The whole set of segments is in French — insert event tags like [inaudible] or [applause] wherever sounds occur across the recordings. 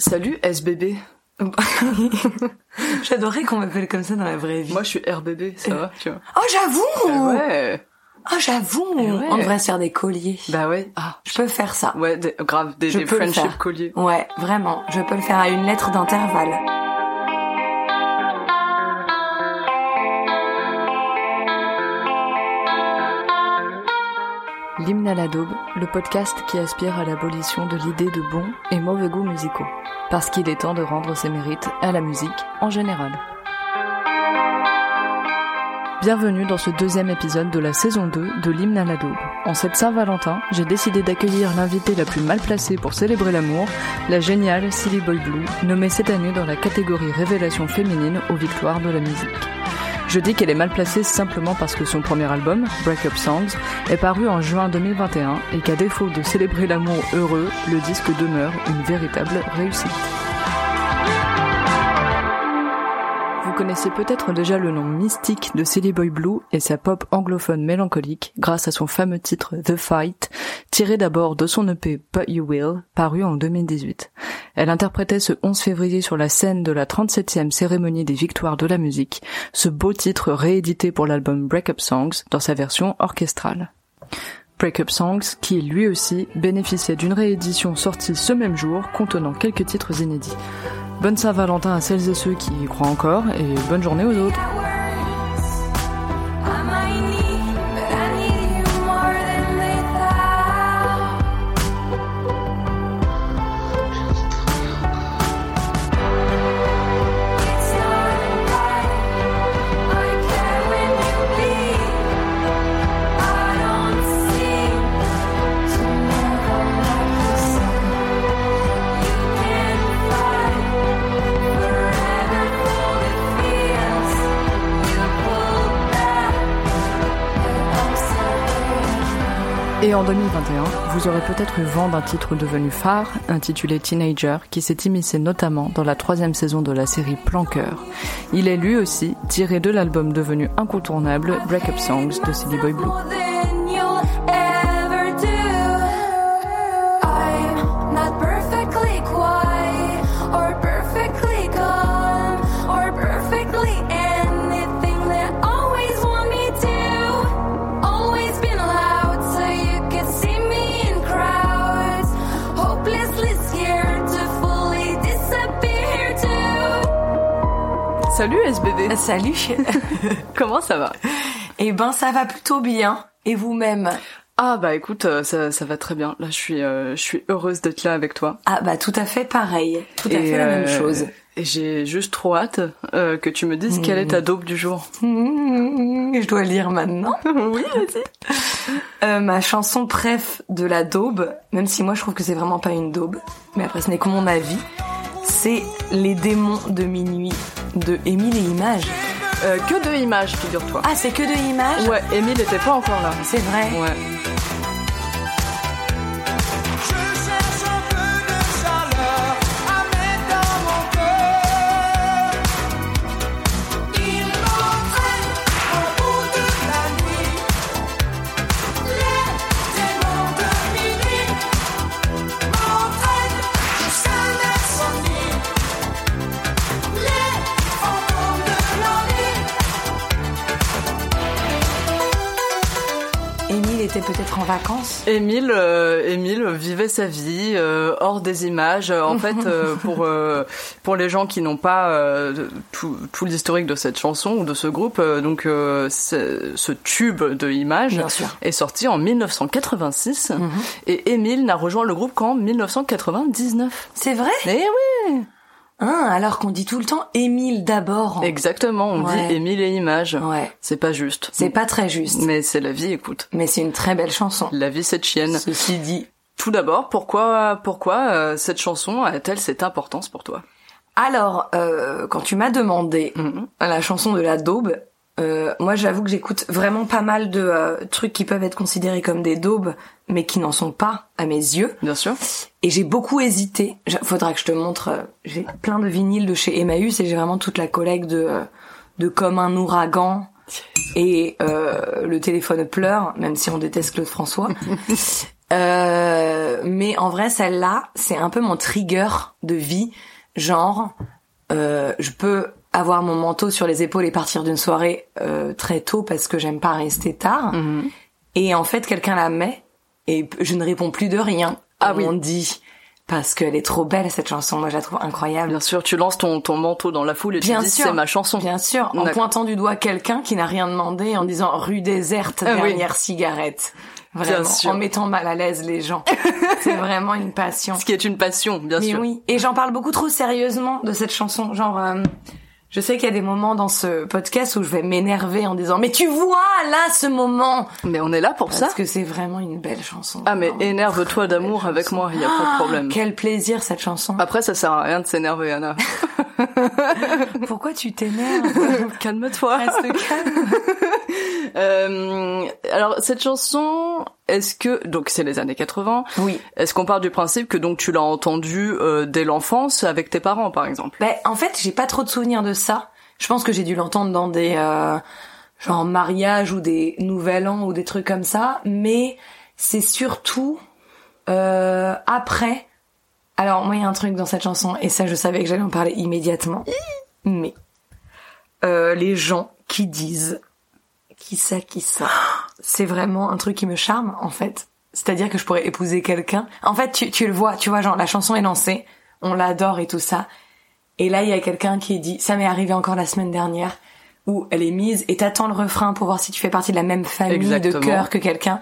Salut [laughs] SBB. J'adorais qu'on m'appelle comme ça dans la vraie vie. Moi je suis RBB, ça va, tu vois. Oh, j'avoue Bah ouais. Oh, j'avoue Eh ouais. On devrait se faire des colliers. Bah ouais. Ah, Je peux faire ça. ouais, des- grave des, Je des peux le friendship faire. colliers. Ouais, vraiment. Je peux le faire à une lettre d'intervalle. L'hymne à la daube, le podcast qui aspire à l'abolition de l'idée de bons et mauvais goûts musicaux. Parce qu'il est temps de rendre ses mérites à la musique en général. Bienvenue dans ce deuxième épisode de la saison 2 de l'hymne à la daube. En cette Saint-Valentin, j'ai décidé d'accueillir l'invitée la plus mal placée pour célébrer l'amour, la géniale Silly Boy Blue, nommée cette année dans la catégorie Révélation féminine aux victoires de la musique. Je dis qu'elle est mal placée simplement parce que son premier album, Break Up Songs, est paru en juin 2021 et qu'à défaut de célébrer l'amour heureux, le disque demeure une véritable réussite. Vous connaissez peut-être déjà le nom mystique de Silly Boy Blue et sa pop anglophone mélancolique grâce à son fameux titre The Fight, tiré d'abord de son EP But You Will, paru en 2018. Elle interprétait ce 11 février sur la scène de la 37e cérémonie des victoires de la musique, ce beau titre réédité pour l'album Break Up Songs dans sa version orchestrale. Break Up Songs, qui lui aussi bénéficiait d'une réédition sortie ce même jour contenant quelques titres inédits. Bonne Saint-Valentin à celles et ceux qui y croient encore et bonne journée aux autres. I might need, but I need you more than they thought. It's not right. I care when you leave. I don't seem to never like the sun. You can't fight forever for the feels. You pull back, but I'm sorry. Et en 2021, vous aurez peut-être eu vent d'un titre devenu phare, intitulé Teenager, qui s'est immiscé notamment dans la troisième saison de la série Plan Cœur. Il est lui aussi tiré de l'album devenu incontournable Break Up Songs de Silly Boy Blue. More than you'll ever do. I'm not perfectly quiet, or perfectly calm, or perfectly anything that always want me to. Always been loud, so you could see me in crowds. Hopelessly scared to fully disappear too. Salut [laughs] SBB. Salut. Comment ça va [laughs] eh ben, ça va plutôt bien. Et vous-même Ah bah écoute, euh, ça, ça va très bien. Là, je suis, euh, je suis heureuse d'être là avec toi. Ah bah, tout à fait pareil. Tout à fait la même euh, chose. Et j'ai juste trop hâte euh, que tu me Mmh. dises quelle est ta daube du jour. Mmh, je dois lire [laughs] maintenant. oui, Euh, ma chanson préf de la daube, même si moi je trouve que c'est vraiment pas une daube, mais après ce n'est que mon avis, c'est Les démons de minuit de Émile et Images. Euh, que deux images, figure-toi. Ah, c'est que de Images Ouais, Emile n'était pas encore là. C'est vrai. Ouais. Je cherche un peu de chaleur à mettre dans mon cœur. Il m'entraîne au bout de la nuit. Les démons de minuit m'entraînent jusqu'à l'insomnie. Les fantômes de l'ennui. Émile était peut-être en vacances. Émile, euh, Émile vivait sa vie euh, hors des images. Euh, En fait, [laughs] euh, pour euh, pour les gens qui n'ont pas euh, tout, tout l'historique de cette chanson ou de ce groupe, euh, donc euh, ce ce tube de images Bien sûr. est sorti en 1986 et Émile n'a rejoint le groupe qu'en 1999. C'est vrai Eh oui, Hein, alors qu'on dit tout le temps Émile d'abord. exactement. On Ouais. dit Émile et images. Ouais. C'est pas juste. Mm. C'est pas très juste. Mais c'est la vie. Écoute, Mais c'est une très belle chanson. la vie c'est chienne. Ceci dit, tout d'abord, pourquoi, pourquoi euh, cette chanson a-t-elle cette importance pour toi Alors, euh, quand tu m'as demandé la chanson de la daube, euh, moi j'avoue que j'écoute vraiment pas mal de euh, trucs qui peuvent être considérés comme des daubes, mais qui n'en sont pas à mes yeux. Bien sûr. Et j'ai beaucoup hésité. Je- Faudra que je te montre. euh, J'ai plein de vinyles de chez Emmaüs et j'ai vraiment toute la collecte de, euh, de Comme un ouragan et euh, Le téléphone pleure, même si on déteste Claude François. Euh, mais en vrai, celle-là, c'est un peu mon trigger de vie. Genre, euh, je peux avoir mon manteau sur les épaules et partir d'une soirée euh, très tôt parce que j'aime pas rester tard. Et en fait, quelqu'un la met et p- je ne réponds plus de rien. Ah on dit parce qu'elle est trop belle cette chanson. Moi, je la trouve incroyable. Bien sûr, tu lances ton, ton manteau dans la foule et Bien tu dis sûr. c'est ma chanson. Bien sûr, en D'accord. pointant du doigt quelqu'un qui n'a rien demandé, en disant rue déserte, Ah oui. dernière cigarette. Vraiment, sûr. en mettant mal à l'aise [laughs] les gens. C'est vraiment une passion. Ce qui est une passion, bien Mais sûr. oui, et j'en parle beaucoup trop sérieusement de cette chanson. Genre, euh, je sais qu'il y a des moments dans ce podcast où je vais m'énerver en disant mais tu vois là ce moment Mais on est là pour ça. parce que c'est vraiment une belle chanson. Ah mais Vraiment. énerve-toi d'amour avec moi, il y a pas de problème. Ah, Ah. Quel plaisir cette chanson. Après ça sert à rien de s'énerver [laughs] Anna. Pourquoi tu t'énerves [laughs] Calme-toi. Reste calme. [laughs] Euh, alors cette chanson, est-ce que donc c'est les années 80 Oui. Est-ce qu'on part du principe que donc tu l'as entendue euh, dès l'enfance avec tes parents par exemple Ben, en fait, j'ai pas trop de souvenirs de ça. Je pense que j'ai dû l'entendre dans des euh, genre mariages ou des nouvel an ou des trucs comme ça, mais c'est surtout euh, après. Alors moi, il y a un truc dans cette chanson et ça, je savais que j'allais en parler immédiatement. Mais euh, les gens qui disent qui ça, qui ça, c'est vraiment un truc qui me charme en fait. C'est-à-dire que je pourrais épouser quelqu'un. En fait, tu, tu le vois, tu vois, genre la chanson est lancée, on l'adore et tout ça. Et là, il y a quelqu'un qui dit, ça m'est arrivé encore la semaine dernière, où elle est mise et t'attends le refrain pour voir si tu fais partie de la même famille Exactement. de cœur que quelqu'un.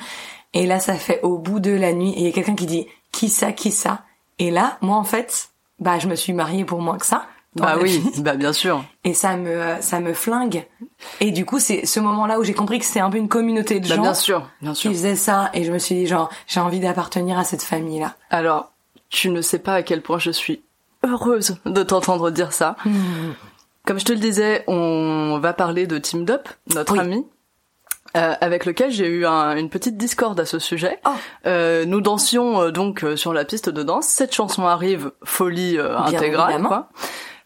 Et là, ça fait au bout de la nuit, et il y a quelqu'un qui dit, qui ça, qui ça. Et là, moi, en fait, bah, je me suis mariée pour moins que ça. dans Bah la oui, vie bah bien sûr. et ça me euh, ça me flingue. Et du coup, c'est ce moment-là où j'ai compris que c'était un peu une communauté de Bah gens bien sûr, bien qui sûr. faisaient ça et je me suis dit genre j'ai envie d'appartenir à cette famille-là. Alors, tu ne sais pas à quel point je suis heureuse de t'entendre dire ça. Hmm. Comme je te le disais, on va parler de Team Dup, notre Oui. ami. euh, avec lequel j'ai eu un- une petite discorde à ce sujet. Oh. Euh, nous dansions euh, donc euh, sur la piste de danse. Cette chanson arrive, folie euh, Bien intégrale. évidemment. Quoi.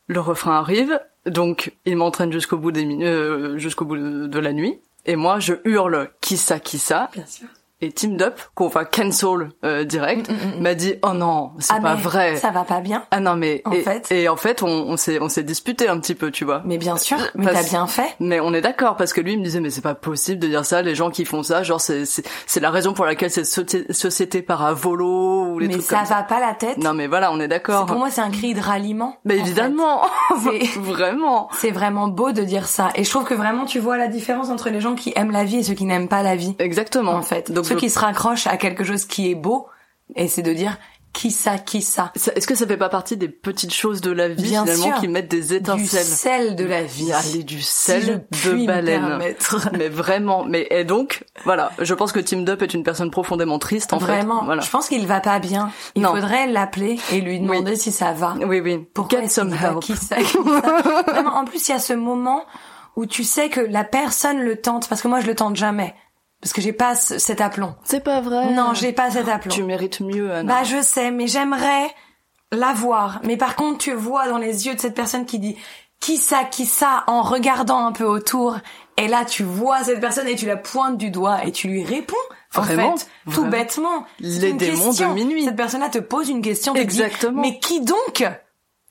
Le refrain arrive, donc il m'entraîne jusqu'au bout des minu- euh, jusqu'au bout de de la nuit. Et moi, je hurle qui ça, qui ça, Bien sûr. et Team Up, qu'on va cancel euh, direct, Mm, m'a dit oh non, c'est ah pas mais vrai. Ça va pas bien. Ah non mais En et, fait- et en fait on, on s'est on s'est disputé un petit peu tu vois. Mais bien sûr, mais Euh, Parce- t'as bien fait. Mais on est d'accord parce que lui il me disait mais c'est pas possible de dire ça les gens qui font ça genre c'est c'est c'est la raison pour laquelle cette soci- société part à volo ou les Mais trucs ça comme ça. va pas la tête. Non mais voilà on est C'est d'accord. pour moi c'est un cri de ralliement. mais en fait. évidemment [laughs] C'est- vraiment. C'est vraiment beau de dire ça et je trouve que vraiment tu vois la différence entre les gens qui aiment la vie et ceux qui n'aiment pas la vie. Exactement En fait, Euh, Donc ceux je- qui se raccrochent à quelque chose qui est beau et c'est de dire qui ça, qui ça. Ça- est-ce que ça fait pas partie des petites choses de la vie Bien finalement sûr. qui mettent des Du étincelles sel de la vie. Allez, du Si je sel puis de me baleine. permettre. Mais vraiment, mais et donc, voilà, je pense que Tim Dup est une personne profondément triste en Vraiment, fait. Voilà. je pense qu'il va pas bien. Il Non. faudrait l'appeler et lui demander si ça va. Oui, oui. Pourquoi Get est-ce qu'il some va- help. qui ça- qui ça Vraiment, en plus, il y a ce moment où tu sais que la personne le tente, parce que moi, je le tente jamais. Parce que j'ai pas ce- cet aplomb. C'est pas vrai. Non, j'ai pas cet aplomb. Tu mérites mieux, Anna. Bah, je sais, mais j'aimerais l'avoir. Mais par contre, tu vois dans les yeux de cette personne qui dit qui ça, qui ça, en regardant un peu autour. Et là, tu vois cette personne et tu la pointes du doigt et tu lui réponds. En Vraiment, fait, tout vraiment. bêtement. C'est Les une démons de question. minuit. Cette personne-là te pose une question. tu te dis, Exactement. mais qui donc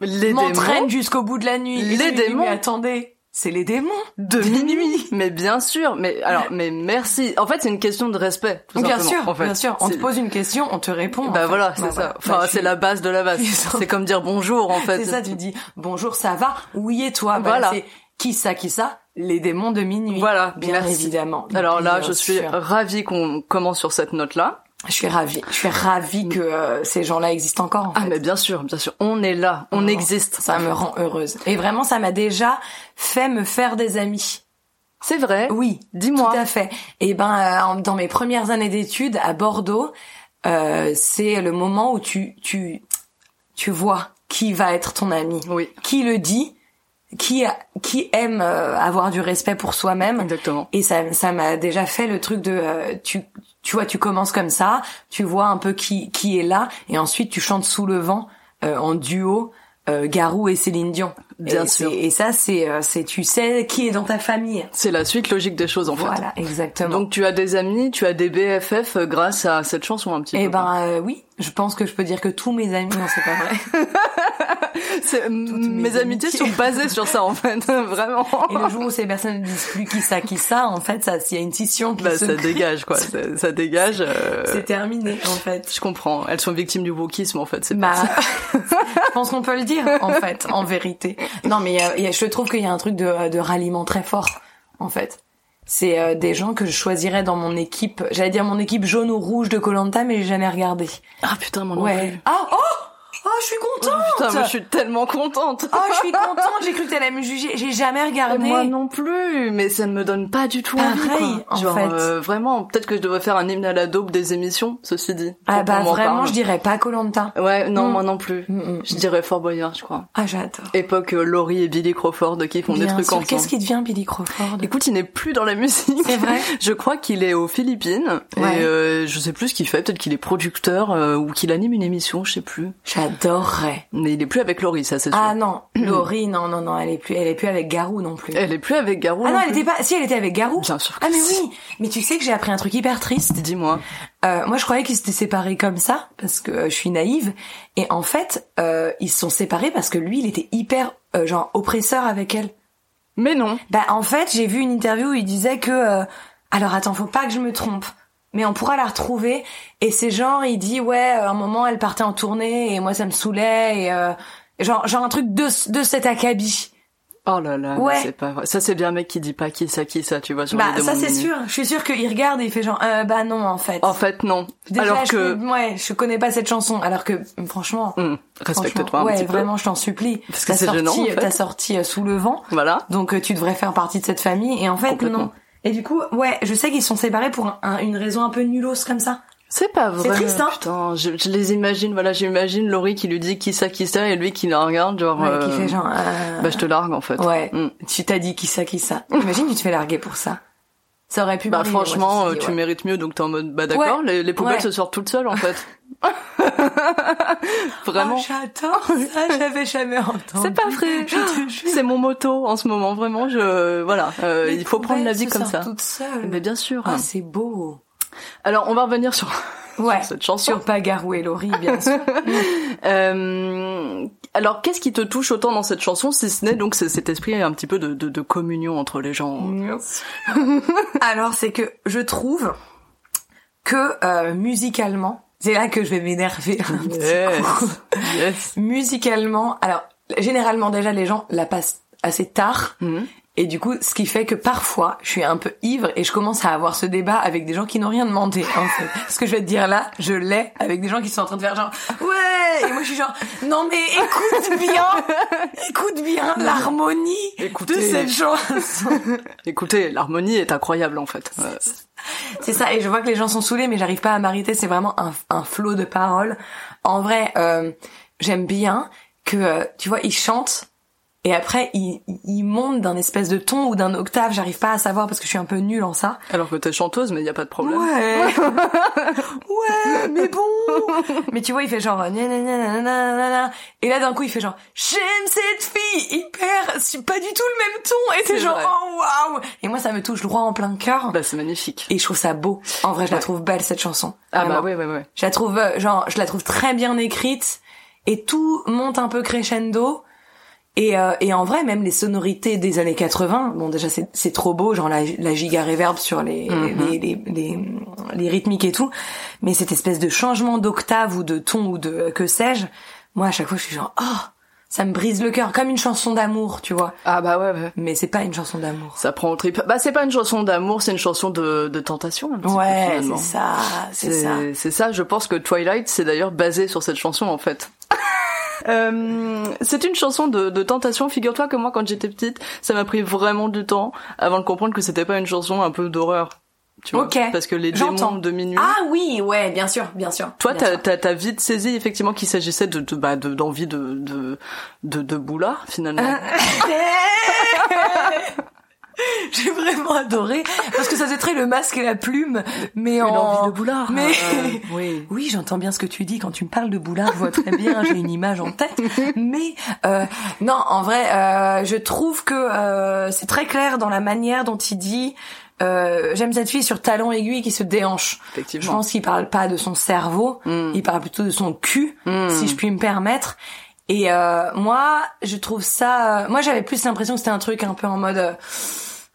les démons Bah, m'entraîne jusqu'au bout de la nuit Et Les tu lui dis, démons. Mais attendez, c'est les démons. de minuit. mais bien sûr. Mais alors, mais merci. En fait, c'est une question de respect. Tout Bien simplement, sûr, en fait. bien sûr. On te C'est- pose une question, on te répond. en Bah fait. voilà, c'est ça. voilà. Enfin, Bah, je c'est suis- la base de la base. [laughs] Je suis- C'est comme dire bonjour en fait. C'est ça, tu dis bonjour, ça va, oui et toi. Bah, Voilà. C'est qui ça, qui ça Les démons de minuit. Voilà, bien merci. évidemment. Alors là, Bien je suis euh, sûr. ravie qu'on commence sur cette note là. je suis ravie. Je suis ravie que euh, ces gens-là existent encore. en Mm. Ah fait. Oh. mais bien sûr, bien sûr, on est là, on Vraiment, existe. Ça me rend heureuse. Et vraiment, ça m'a déjà fait me faire des amis. C'est vrai. Oui, Dis-moi. Eh Tout à fait. Et ben, euh, en- dans mes premières années d'études à Bordeaux, euh, c'est le moment où tu, tu, tu vois qui va être ton ami, Oui. qui le dit, qui, a- qui aime euh, avoir du respect pour soi-même. Exactement. Et ça, ça m'a déjà fait le truc de, euh, tu, tu vois, tu commences comme ça, tu vois un peu qui, qui est là, et ensuite tu chantes sous le vent euh, en duo. euh, Garou et Céline Dion. Bien et sûr. c'est- Et ça, c'est, euh, c'est, tu sais qui est dans ta famille. C'est la suite logique des choses en fait. Voilà, exactement. Donc tu as des amis, tu as des BFF euh, grâce à cette chanson un petit eh peu. ben euh, oui, je pense que je peux dire que tous mes amis, non c'est pas [laughs] vrai. C'est- euh, mes, mes amitiés amitiés. sont basées sur ça en fait, [laughs] vraiment. Bah, Et le jour où ces personnes ne disent plus qui ça, qui ça, en fait, ça, s'il y a une scission qui Bah, se ça crée, dégage quoi, ça, ça dégage. euh, [laughs] c'est terminé en fait. Je comprends. Elles sont victimes du wokisme en fait. C'est Bah, pas- [laughs] je pense qu'on peut le dire [laughs] en fait, en vérité. Non, mais il y a- il y a- je trouve qu'il y a un truc de, de ralliement très fort en fait. C'est euh, des gens que je choisirais dans mon équipe. J'allais dire mon équipe jaune ou rouge de Colanta, mais j'ai jamais regardé. Ah putain mon Ouais. Ah oh oh, je suis contente. Putain, moi, je suis tellement contente. Oh, je suis contente. J'ai cru que t'allais me juger. J'ai jamais [laughs] Et regardé. moi non plus, mais ça ne me donne pas du tout envie. Pareil, quoi. en Genre, fait. euh, vraiment, peut-être que je devrais faire un hymne à la daube des émissions, ceci dit. Ah bah Pour m'en vraiment, parler. je dirais pas Colanta. Ouais, non, Mm. moi non plus. Mm, mm, Je dirais Fort Boyard, je crois. Ah j'adore. Époque euh, Laurie et Billy Crawford qui font des Bien trucs sûr. ensemble. Qu'est-ce qui devient Billy Crawford Écoute, il n'est plus dans la musique. C'est vrai [laughs] Je crois qu'il est aux Philippines. Ouais. Et euh, je sais plus ce qu'il fait. Peut-être qu'il est producteur euh, ou qu'il anime une émission, je sais plus. J'adorerais. Mais il est plus avec Laurie, ça c'est sûr. Ah [clears throat] non, Laurie, non non non, elle est plus, elle est plus avec Garou non plus. Elle est plus avec Garou. Ah non, non elle plus. était pas. Si elle était avec Garou. Eh. Bien sûr que Ah mais si. oui. Mais tu sais que j'ai appris un truc hyper triste. Dis-moi. Euh, moi, je croyais qu'ils s'étaient séparés comme ça parce que euh, je suis naïve. Et en fait, euh, ils se sont séparés parce que lui, il était hyper euh, genre oppresseur avec elle. Mais non. Bah en fait, j'ai vu une interview où il disait que euh, alors attends, faut pas que je me trompe. Mais on pourra la retrouver et c'est genre il dit ouais, euh, à un moment elle partait en tournée et moi ça me saoulait et euh, genre genre un truc de de cet acabit. Oh là là, Ouais. mais c'est pas vrai. Ça c'est bien un mec qui dit pas qui ça, qui ça, tu vois. sur Bah les ça demandes c'est menus. sûr, je suis sûre qu'il regarde et il fait genre euh, bah non en fait. En fait non. Déjà, Oh, Alors je que connais- ouais, je connais pas cette chanson alors que franchement Hum, franchement, respecte-toi un ouais, petit vraiment, je t'en supplie. Parce que T'as c'est sorti- gênant, en fait. T'as sorti euh, sous le vent. peu. Voilà. Donc euh, tu devrais faire partie de cette famille. Et en fait, Complètement. non. Et du coup, ouais, je sais qu'ils sont séparés pour un- un- une raison un peu nulos comme ça. C'est pas vrai. triste, hein. Putain, je, je les imagine. Voilà, j'imagine Laurie qui lui dit qui ça, qui ça, et lui qui la regarde genre. Ouais, euh, Qui fait genre... euh, Bah je te largue en fait. ouais, Hum. tu t'as dit qui ça, qui ça. Imagine, tu te fais larguer pour ça. Ça aurait pu... Bah m'arriver, franchement, moi, euh, ceci dit, tu ouais. mérites mieux, donc t'es en mode bah d'accord, Ouais. les, les poubelles Ouais. se sortent toutes seules en fait. [laughs] [laughs] Vraiment. Oh, j'adore ça, [laughs] j'avais jamais entendu. c'est pas vrai. C'est mon moto en ce moment, vraiment. Je voilà, euh, Les il faut prendre la vie poubelles comme se ça. sortent toutes seules. Mais bien sûr. Ah, c'est beau. Alors on va revenir sur Ouais. cette chanson. Sur Pagarou et Laurie, [laughs] bien sûr. Euh, alors qu'est-ce qui te touche autant dans cette chanson, si ce n'est donc c- cet esprit un petit peu de, de, de communion entre les Mm. gens [laughs] Alors, c'est que je trouve que euh, musicalement, c'est là que je vais m'énerver un petit coup. yes. [laughs] Musicalement, alors généralement déjà les gens la passent assez tard. Mhm. Et du coup, ce qui fait que parfois, je suis un peu ivre et je commence à avoir ce débat avec des gens qui n'ont rien demandé, en fait. [laughs] ce que je vais te dire là, je l'ai avec des gens qui sont en train de faire genre, ouais! Et moi, je suis genre, non mais écoute bien! [laughs] Écoute bien l'harmonie de Écoutez. [laughs] cette chanson! Écoutez, l'harmonie est incroyable en fait. Euh, C'est ça, et je vois que les gens sont saoulés, mais j'arrive pas à m'arrêter. C'est vraiment un, un flot de paroles. En vrai, euh, j'aime bien que, euh, tu vois, ils chantent, et après, ils, ils montent d'un espèce de ton ou d'un octave. J'arrive pas à savoir parce que je suis un peu nulle en ça. alors que t'es chanteuse, mais il y a pas de problème. [laughs] ouais, [laughs] mais bon. Mais tu vois, il fait genre gna gna gna gna gna gna gna. et là d'un coup il fait genre j'aime cette fille hyper, c'est pas du tout le même ton et c'est C'est genre vrai. oh waouh. Et moi ça me touche droit en plein cœur Bah c'est magnifique. et je trouve ça beau. En vrai, je la Ouais. trouve belle cette chanson. Ah Vraiment. bah ouais ouais ouais. Je la trouve euh, genre je la trouve très bien écrite et tout monte un peu crescendo. Et, euh, et en vrai, même les sonorités des années 80, bon déjà c'est c'est trop beau, genre la, la giga reverb sur les, Mhm. les, les, les, les rythmiques et tout, mais cette espèce de changement d'octave ou de ton ou de euh, que sais-je, moi à chaque fois je suis genre oh ça me brise le cœur comme une chanson d'amour, tu vois. Ah bah ouais ouais. Mais c'est pas une chanson d'amour. Ça prend au trip. Bah, c'est pas une chanson d'amour, c'est une chanson de, de tentation, un petit peu, Ouais, finalement. c'est ça, c'est ça. C'est c'est ça. Je pense que Twilight, c'est d'ailleurs basé sur cette chanson, en fait. [laughs] Euh, c'est une chanson de, de tentation. Figure-toi que moi, quand j'étais petite, ça m'a pris vraiment du temps avant de comprendre que c'était pas une chanson un peu d'horreur. Tu vois, Ok. Parce que les J'entends. démons de minuit. Ah oui, ouais, bien sûr, bien sûr. Toi, bien t'as sûr. [laughs] t'as- t'as vite saisi effectivement qu'il s'agissait de de- bah, de- d'envie de, de de de Boula finalement. J'ai vraiment adoré parce que ça faisait très le masque et la plume, mais Une en envie de boulard. Mais [laughs] euh, oui. oui, j'entends bien ce que tu dis quand tu me parles de boulard, je vois très bien, j'ai une image en tête. Mais euh, non, en vrai, euh, je trouve que euh, c'est très clair dans la manière dont il dit. euh, J'aime cette fille sur talon aiguille qui se déhanche. Effectivement. Je pense qu'il parle pas de son cerveau, Hmm. il parle plutôt de son cul, si je puis me permettre. Et euh, moi, je trouve ça. euh, moi, j'avais plus l'impression que c'était un truc un peu en mode. euh,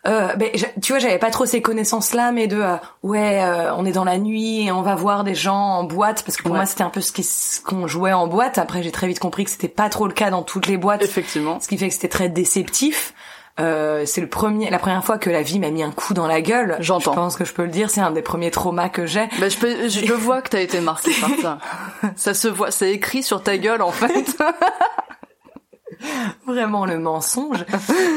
euh, ben, j'a- tu vois, j'avais pas trop ces connaissances-là, mais de euh, ouais, euh, on est dans la nuit et on va voir des gens en boîte, parce que pour Ouais. moi c'était un peu ce qui- ce qu'on jouait en boîte. Après, j'ai très vite compris que c'était pas trop le cas dans toutes les boîtes, Effectivement. ce qui fait que c'était très déceptif. Euh, c'est le premier, la première fois que la vie m'a mis un coup dans la gueule. J'entends. Je pense que je peux le dire, c'est un des premiers traumas que j'ai. Bah, je, peux- je, je vois que t'as été marqué [laughs] par ça. Ça se voit, c'est écrit sur ta gueule en [laughs] fait. vraiment le [laughs] mensonge.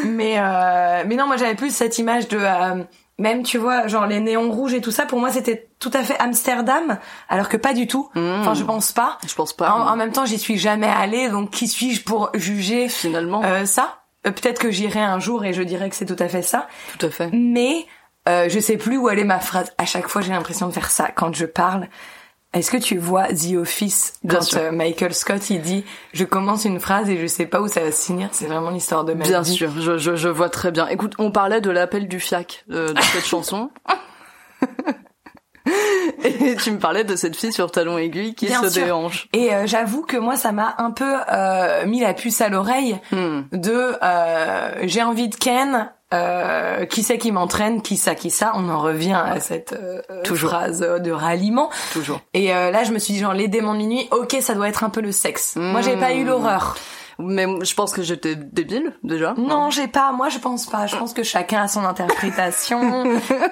mais euh, mais non, moi j'avais plus cette image de euh, même tu vois genre les néons rouges et tout ça. Pour moi c'était tout à fait Amsterdam, alors que pas du tout. Enfin je pense pas. Hmm. Je pense pas. En, en même temps j'y suis jamais allée, donc qui suis-je pour juger Finalement, euh, ça Euh, Peut-être que j'irai un jour et je dirai que c'est tout à fait ça. tout à fait. Mais euh, je sais plus où elle est ma phrase. À chaque fois j'ai l'impression de faire ça quand je parle. Est-ce que tu vois The Office Bien quand sûr. euh, Michael Scott il dit je commence une phrase et je sais pas où ça va se finir c'est vraiment l'histoire de ma Bien vie. sûr, je, je, je vois très bien. Écoute, on parlait de l'appel du fiac euh, de [laughs] cette chanson. Et tu me parlais de cette fille sur talon aiguille qui Bien se sûr. déhanche. Et euh, j'avoue que moi, ça m'a un peu euh, mis la puce à l'oreille Hmm. de euh, j'ai envie de Ken. euh, qui c'est qui m'entraîne, qui ça, qui ça. On en revient à cette euh, Toujours. phrase euh, de ralliement. Toujours. Et euh, là, je me suis dit genre les démons de minuit. Ok, ça doit être un peu le sexe. Moi, j'ai Hmm. pas eu l'horreur. Mais je pense que j'étais débile déjà. Non, j'ai pas. Moi, je pense pas. Je pense que chacun a son [laughs] interprétation,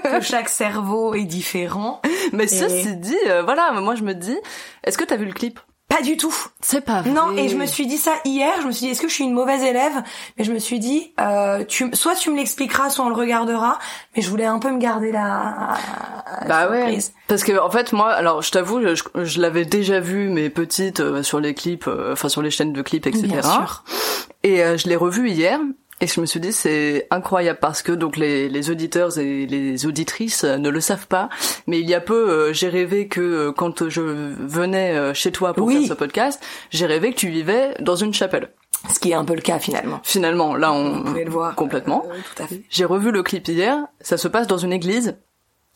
que chaque cerveau est différent. Mais Et- ceci dit, euh, voilà, moi je me dis, est-ce que t'as vu le clip Pas du tout. C'est pas Non, et je me suis dit ça hier, je me suis dit est-ce que je suis une mauvaise élève Mais je me suis dit euh, tu soit tu me l'expliqueras soit on le regardera, mais je voulais un peu me garder la Bah ouais. surprise. Parce que en fait moi, alors je t'avoue, je, je l'avais déjà vu mais petite euh, sur les clips, euh, enfin sur les chaînes de clips, etc. Bien sûr. Et euh, je l'ai revu hier. Et je me suis dit c'est incroyable parce que donc les, les auditeurs et les auditrices euh, ne le savent pas, mais il y a peu euh, j'ai rêvé que euh, quand je venais euh, chez toi pour Oui. faire ce podcast, j'ai rêvé que tu vivais dans une chapelle. Ce qui est un peu le cas finalement. Finalement là on, Vous pouvez le voir complètement. Euh, tout à fait. J'ai revu le clip hier, ça se passe dans une église.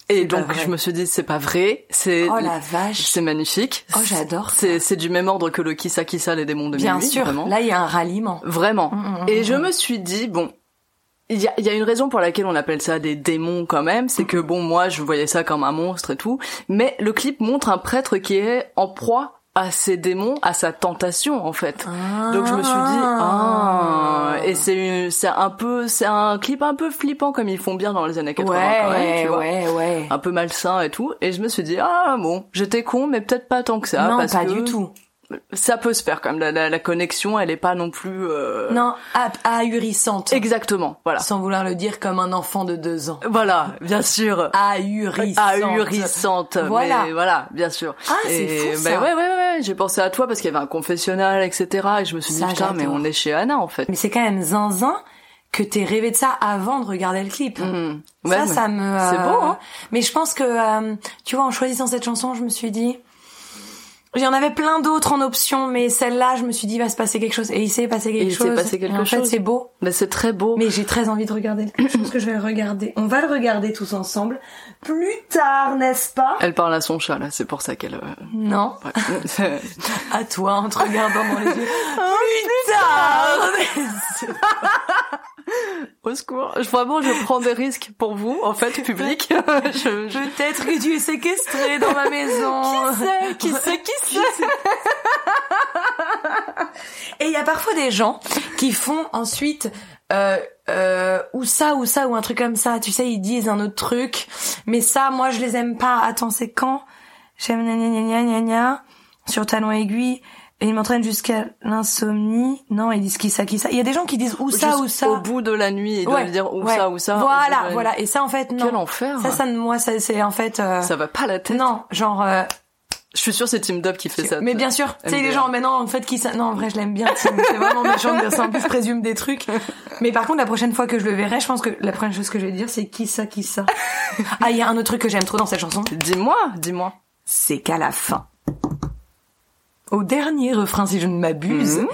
Et pas donc vrai. je me suis dit c'est pas vrai, c'est Oh la vache. c'est magnifique. Oh, j'adore ça. C'est c'est du même ordre que le Kissa Kissa les démons de Bien minuit, sûr. vraiment. Là, il y a un ralliement. Vraiment. Mm, mm, Et je me suis dit bon, il y a, il y a une raison pour laquelle on appelle ça des démons quand même, c'est que bon moi je voyais ça comme un monstre et tout, mais le clip montre un prêtre qui est en proie à ses démons, à sa tentation en fait. Donc je me suis dit ah et c'est une- c'est un peu c'est un clip un peu flippant comme ils font bien dans les années 80 ouais, quand même, tu vois. Ah ouais, ouais. Un peu malsain et tout et je me suis dit ah bon, j'étais con mais peut-être pas tant que ça non, bah, parce pas que du tout. Ça peut se faire quand même la, la, la connexion, elle est pas non plus euh, Non, ah- ahurissante. exactement, voilà. Sans vouloir le dire comme un enfant de deux ans. Voilà, bien sûr. Ahurissante. Euh, Ahurissante. Voilà. Mais voilà, bien sûr. Ah, c'est Et, fou, bah ça. ouais, ouais, ouais, j'ai pensé à toi parce qu'il y avait un confessionnal, etc. Et je me suis dit, Ça, putain, mais j'adore. on est chez Anna, en fait. Mais c'est quand même zinzin que t'aies rêvé de ça avant de regarder le clip. Ouais, ça, mais ça me. c'est euh, beau, hein. Mais je pense que, euh, tu vois, en choisissant cette chanson, je me suis dit. Il y en avait plein d'autres en option, mais celle-là, je me suis dit, va se passer quelque chose. Et il s'est passé quelque il s'est chose. passé quelque Et en fait, chose. c'est beau. Mais c'est très beau. Mais j'ai très envie de regarder le clip. [coughs] Je pense que je vais le regarder. On va le regarder tous ensemble. Plus tard, n'est-ce pas Elle parle à son chat, là, c'est pour ça qu'elle... [laughs] euh, Non. ouais. [laughs] À toi, en te regardant dans les yeux. [laughs] Plus tard Au secours. Je- Vraiment, je prends des risques pour vous, en fait, [laughs] public. [laughs] je, je... Peut-être que tu es séquestré dans ma maison. [laughs] Qui sait, qui sait [laughs] Et il y a parfois des gens qui font ensuite euh, euh, ou ça ou ça ou un truc comme ça. Tu sais, ils disent un autre truc, mais ça, moi, je les aime pas. Attends, c'est quand J'aime gna gna gna gna gna gna sur talon aiguille. Et il m'entraîne jusqu'à l'insomnie. Non, ils disent qui ça, qui ça. Il y a des gens qui disent où ça, où ça. Au bout de la nuit, ils Ouais, doivent dire où ouais. ça, où ça. au bout de la Voilà, nuit. voilà. Et ça, en fait, non. Quel enfer. Ça, ça, moi, ça, c'est en fait. euh, Ah. Ça va pas la tête. Non, genre. euh, Je suis sûre c'est Team Dub qui fait ça. mais bien sûr, tu sais, les MDR. gens, mais non, en fait, qui ça. Non, en vrai, je l'aime bien, Tim. C'est vraiment méchant de dire ça. En plus, je présume [laughs] des trucs. Mais par contre, la prochaine fois que je le verrai, je pense que la première chose que je vais dire, c'est qui ça, qui ça. Ah, il y a un autre truc que j'aime trop dans cette chanson. Dis-moi, dis-moi. c'est qu'à la fin, au dernier refrain, si je ne m'abuse, Mhm.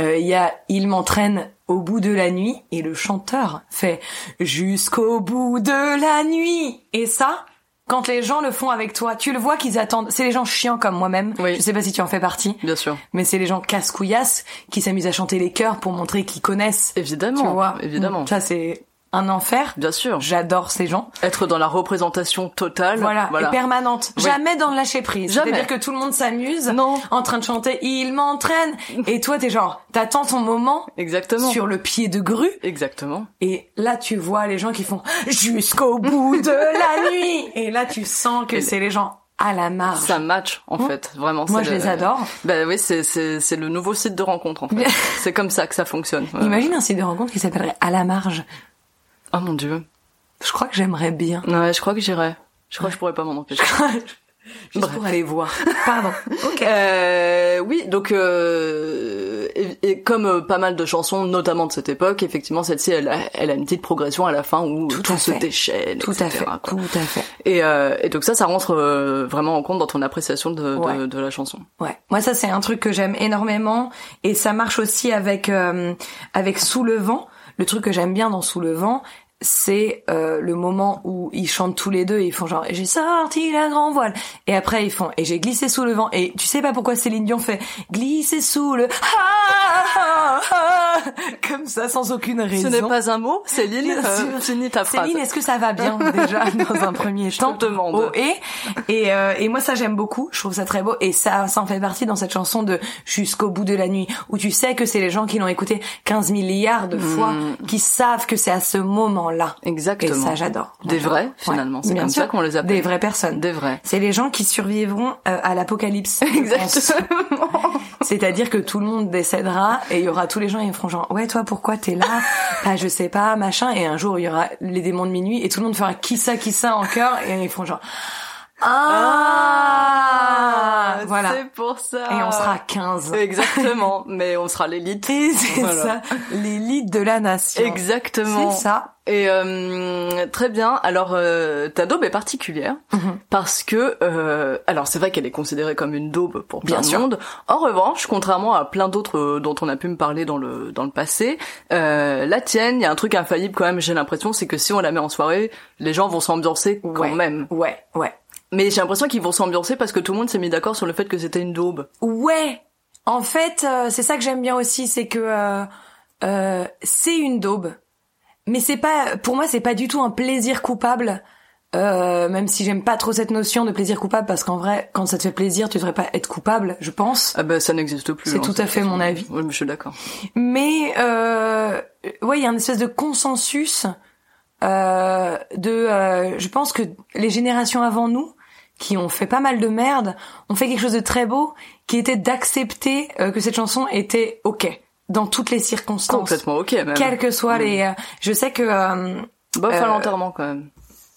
euh, il y a Il m'entraîne au bout de la nuit et le chanteur fait Jusqu'au bout de la nuit. Et ça, quand les gens le font avec toi, tu le vois qu'ils attendent. C'est les gens chiants comme moi-même. Oui. Je sais pas si tu en fais partie. Bien sûr. Mais c'est les gens casse-couillasses qui s'amusent à chanter les chœurs pour montrer qu'ils connaissent. Évidemment. Tu vois. Mmh. Évidemment. Ça, c'est un enfer. Bien sûr. J'adore ces gens. Être dans la représentation totale. Voilà, et permanente. Oui. Jamais dans le lâcher prise. Jamais. C'est-à-dire que tout le monde s'amuse Non. en train de chanter Il m'entraîne et toi t'es genre t'attends ton moment Exactement. sur le pied de grue Exactement. et là tu vois les gens qui font jusqu'au bout de la nuit et là tu sens que c'est les gens à la marge. Ça match en fait, vraiment. Mmh. Moi, c'est je le- les adore. Bah oui, c'est c'est c'est le nouveau site de rencontre en fait. [laughs] c'est comme ça que ça fonctionne. Ouais. [laughs] Imagine un site de rencontre qui s'appellerait à la marge. Oh mon dieu. Je crois que j'aimerais bien. Ouais, je crois que j'irai. Je crois que je pourrais pas m'en empêcher. Juste pour aller voir. Pardon. [laughs] Ok. Euh, oui, donc euh, et, et comme euh, pas mal de chansons, notamment de cette époque, effectivement, celle-ci, elle, a- elle a une petite progression à la fin où tout, à se fait. déchaîne, Tout à etc., fait. quoi. Tout à fait. Et, euh, et donc ça, ça rentre euh, vraiment en compte dans ton appréciation de, de- Ouais. de la chanson. Ouais, moi ça c'est un truc que j'aime énormément et ça marche aussi avec euh, avec Sous le vent. Le truc que j'aime bien dans Sous le vent, c'est euh, le moment où ils chantent tous les deux et ils font genre j'ai sorti la grand voile et après ils font et j'ai glissé sous le vent et tu sais pas pourquoi Céline Dion fait glisser sous le [laughs] Ah, ah, ah comme ça sans aucune raison. Ce n'est pas un mot, Céline, [laughs] Bien euh, sûr. finis ta phrase. Céline, est-ce que ça va [laughs] bien déjà dans un premier Je te temps demande. Oh, et et, euh, et moi ça j'aime beaucoup, je trouve ça très beau et ça ça en fait partie dans cette chanson de jusqu'au bout de la nuit où tu sais que c'est les gens qui l'ont écouté 15 milliards de fois qui savent que c'est à ce moment-là. Hmm. Exactement. Et ça j'adore. Des J'adore. vrais, finalement. C'est Bien comme ça sûr. qu'on les appelle. Des vraies personnes. Des vrais. C'est les gens qui survivront euh, [laughs] à l'apocalypse. je pense. Exactement. C'est-à-dire que tout le monde décédera et il y aura tous les gens ils feront genre ouais toi pourquoi t'es là bah je sais pas machin et un jour il y aura les démons de minuit et tout le monde fera qui ça qui ça en cœur et ils feront genre ah, voilà C'est pour ça. et on sera [laughs] 15 Exactement. Mais on sera l'élite. et [laughs] c'est Voilà. ça l'élite de la nation Exactement. C'est ça. Et euh, très bien. Alors euh, ta daube est particulière Mhm. parce que euh, alors c'est vrai qu'elle est considérée comme une daube pour plein Bien de sûr. monde. En revanche, contrairement à plein d'autres euh, dont on a pu me parler dans le dans le passé, euh, la tienne, il y a un truc infaillible quand même. J'ai l'impression c'est que si on la met en soirée, les gens vont s'ambiancer quand Ouais. même. ouais ouais Mais j'ai l'impression qu'ils vont s'ambiancer parce que tout le monde s'est mis d'accord sur le fait que c'était une daube. Ouais. En fait, euh, c'est ça que j'aime bien aussi, c'est que euh, euh, c'est une daube, mais c'est pas, pour moi, c'est pas du tout un plaisir coupable. euh, même si j'aime pas trop cette notion de plaisir coupable, parce qu'en vrai, quand ça te fait plaisir, tu devrais pas être coupable, je pense. Ah ben ça n'existe plus. C'est hein, tout à cette fait façon. mon avis. Oui, mais je suis d'accord. Mais euh, ouais, il y a une espèce de consensus euh, de. euh, je pense que les générations avant nous, qui ont fait pas mal de merde, ont fait quelque chose de très beau, qui était d'accepter euh, que cette chanson était ok dans toutes les circonstances, Complètement ok même. quelles que soient les. euh, je sais que euh, Bof à Euh, l'enterrement quand même.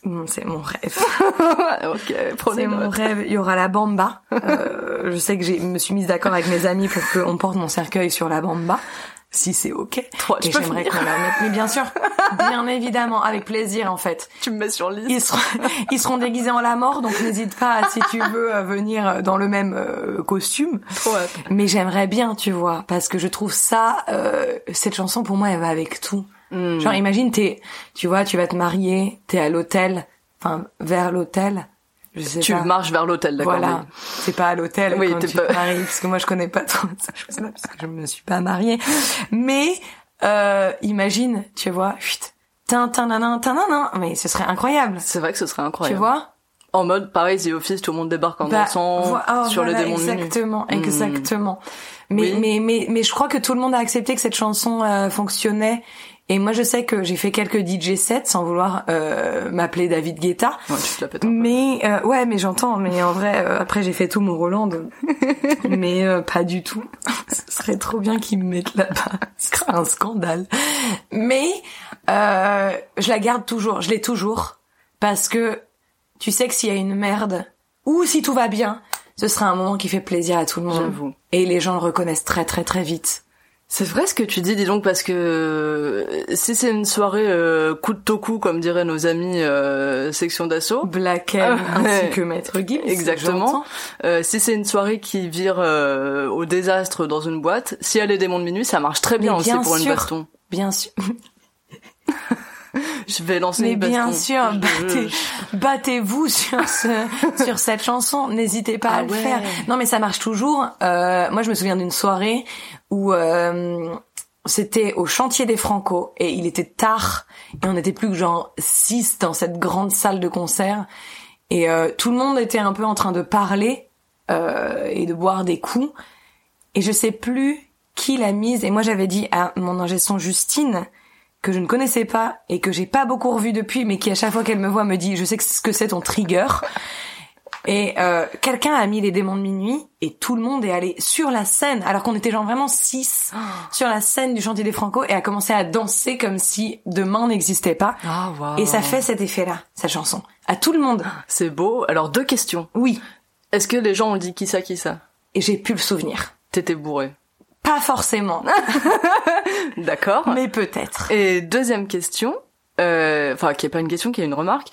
Ah, hum, c'est mon rêve. ok, prenez C'est mon note. rêve. Il y aura [laughs] la bamba. Euh, je sais que j'ai me suis mise d'accord avec mes amis pour qu'on porte mon cercueil sur la bamba, si c'est ok. Toi, tu Et peux j'aimerais finir. qu'on la mette. Mais bien sûr, bien évidemment, avec plaisir en fait. Tu me mets sur liste. Ils seront, ils seront déguisés en la mort, donc n'hésite pas si tu veux euh, venir euh, dans le même euh, costume. Trop hâte. Mais j'aimerais bien, tu vois, parce que je trouve ça, euh, cette chanson pour moi, elle va avec tout. Hmm. Genre, imagine, t'es, tu vois, tu vas te marier, t'es à l'hôtel, enfin vers l'hôtel. Je sais Tu pas. marches vers l'hôtel, d'accord Voilà, oui. c'est pas à l'hôtel Oui, quand t'es tu pas- te maries, parce que moi je connais pas trop ça, je sais pas, parce que je me suis pas mariée. Mais euh, imagine, tu vois, chut, tin tin nan nan, tin nan nan, mais ce serait incroyable, C'est vrai que ce serait tu incroyable. vois En mode, pareil, The Office, tout le monde débarque en Bah, dansant vo- oh, sur voilà, le démon de minuit. Exactement, exactement. Mais, Oui. mais mais mais je crois que tout le monde a accepté que cette chanson euh, fonctionnait Et moi, je sais que j'ai fait quelques DJ sets sans vouloir euh, m'appeler David Guetta. Ouais, tu te la pètes un peu. Mais euh, ouais, mais j'entends. Mais en vrai, euh, après j'ai fait tout mon Roland, [laughs] mais euh, pas du tout. Ce serait trop bien qu'ils me mettent là-bas. Ce serait un scandale. Mais euh, je la garde toujours. Je l'ai toujours parce que tu sais que s'il y a une merde ou si tout va bien, ce sera un moment qui fait plaisir à tout le monde. J'avoue. Et les gens le reconnaissent très très très vite. C'est vrai ce que tu dis, dis donc, parce que euh, si c'est une soirée euh, coup de toku, comme diraient nos amis euh, section d'assaut, Black M, Ah, ouais. ainsi que Maître Gims. Exactement. j'entends. euh, si c'est une soirée qui vire euh, au désastre dans une boîte, si elle est démon de minuit, ça marche très bien Mais aussi bien pour une sûr. baston. Bien sûr. Je vais lancer Mais une baston. bien sûr, [laughs] Je- je- battez, battez-vous sur [laughs] ce, sur cette chanson. N'hésitez pas Ah à le ouais. faire. Non, mais ça marche toujours. Euh, moi, je me souviens d'une soirée où euh, c'était au chantier des Franco et il était tard et on n'était plus que genre six dans cette grande salle de concert et euh, tout le monde était un peu en train de parler euh, et de boire des coups et je sais plus qui l'a mise et moi j'avais dit à mon ingé son Justine que je ne connaissais pas et que j'ai pas beaucoup revu depuis mais qui à chaque fois qu'elle me voit me dit je sais que c'est ce que c'est [laughs] ton trigger et euh, quelqu'un a mis les démons de minuit et tout le monde est allé sur la scène alors qu'on était genre [gasps] vraiment six sur la scène du chantier des Franco et a commencé à danser comme si demain n'existait pas Ah, waouh. et ça fait cet effet là sa chanson à tout [gasps] le monde C'est beau. Alors deux questions. oui Est-ce que les gens ont dit qui ça, qui ça et j'ai pu le souvenir T'étais bourré. pas forcément [laughs] D'accord. mais peut-être Et deuxième question, euh, enfin qui est pas une question, qui est une remarque.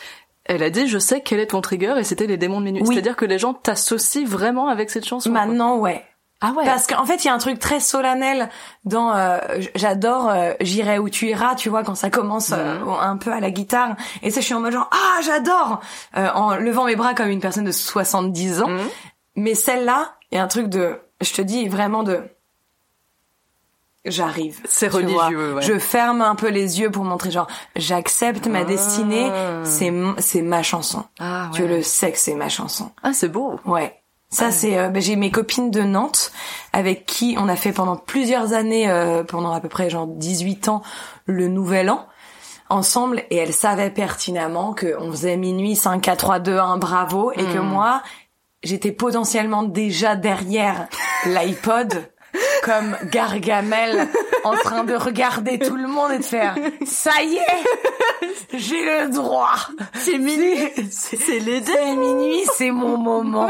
Elle a dit, je sais quel est ton trigger et c'était les démons de minuit. Oui. C'est-à-dire que les gens t'associent vraiment avec cette chanson. quoi. maintenant ouais Ah ouais. Parce qu'en fait, il y a un truc très solennel dans euh, j- j'adore euh, j'irai où tu iras, tu vois quand ça commence euh, Mhm. un peu à la guitare et ça je suis en mode genre ah, j'adore euh, en levant mes bras comme une personne de 70 ans. Mhm. Mais celle-là, il y a un truc de je te dis vraiment de j'arrive. C'est tu vois. religieux, ouais. Je ferme un peu les yeux pour montrer genre j'accepte ma destinée, c'est m- c'est ma chanson. Ah, Tu ouais. le sais que c'est ma chanson. Ah c'est beau. Ouais. Ça c'est euh, bah, j'ai mes copines de Nantes avec qui on a fait pendant plusieurs années euh, pendant à peu près genre 18 ans le nouvel an ensemble et elles savaient pertinemment que on faisait minuit 5 4 3 2 1 bravo et que moi j'étais potentiellement déjà derrière l'iPod comme Gargamel en train de regarder tout le monde et de faire ça y est j'ai le droit c'est minuit [laughs] c'est l'été minuit c'est [laughs] mon moment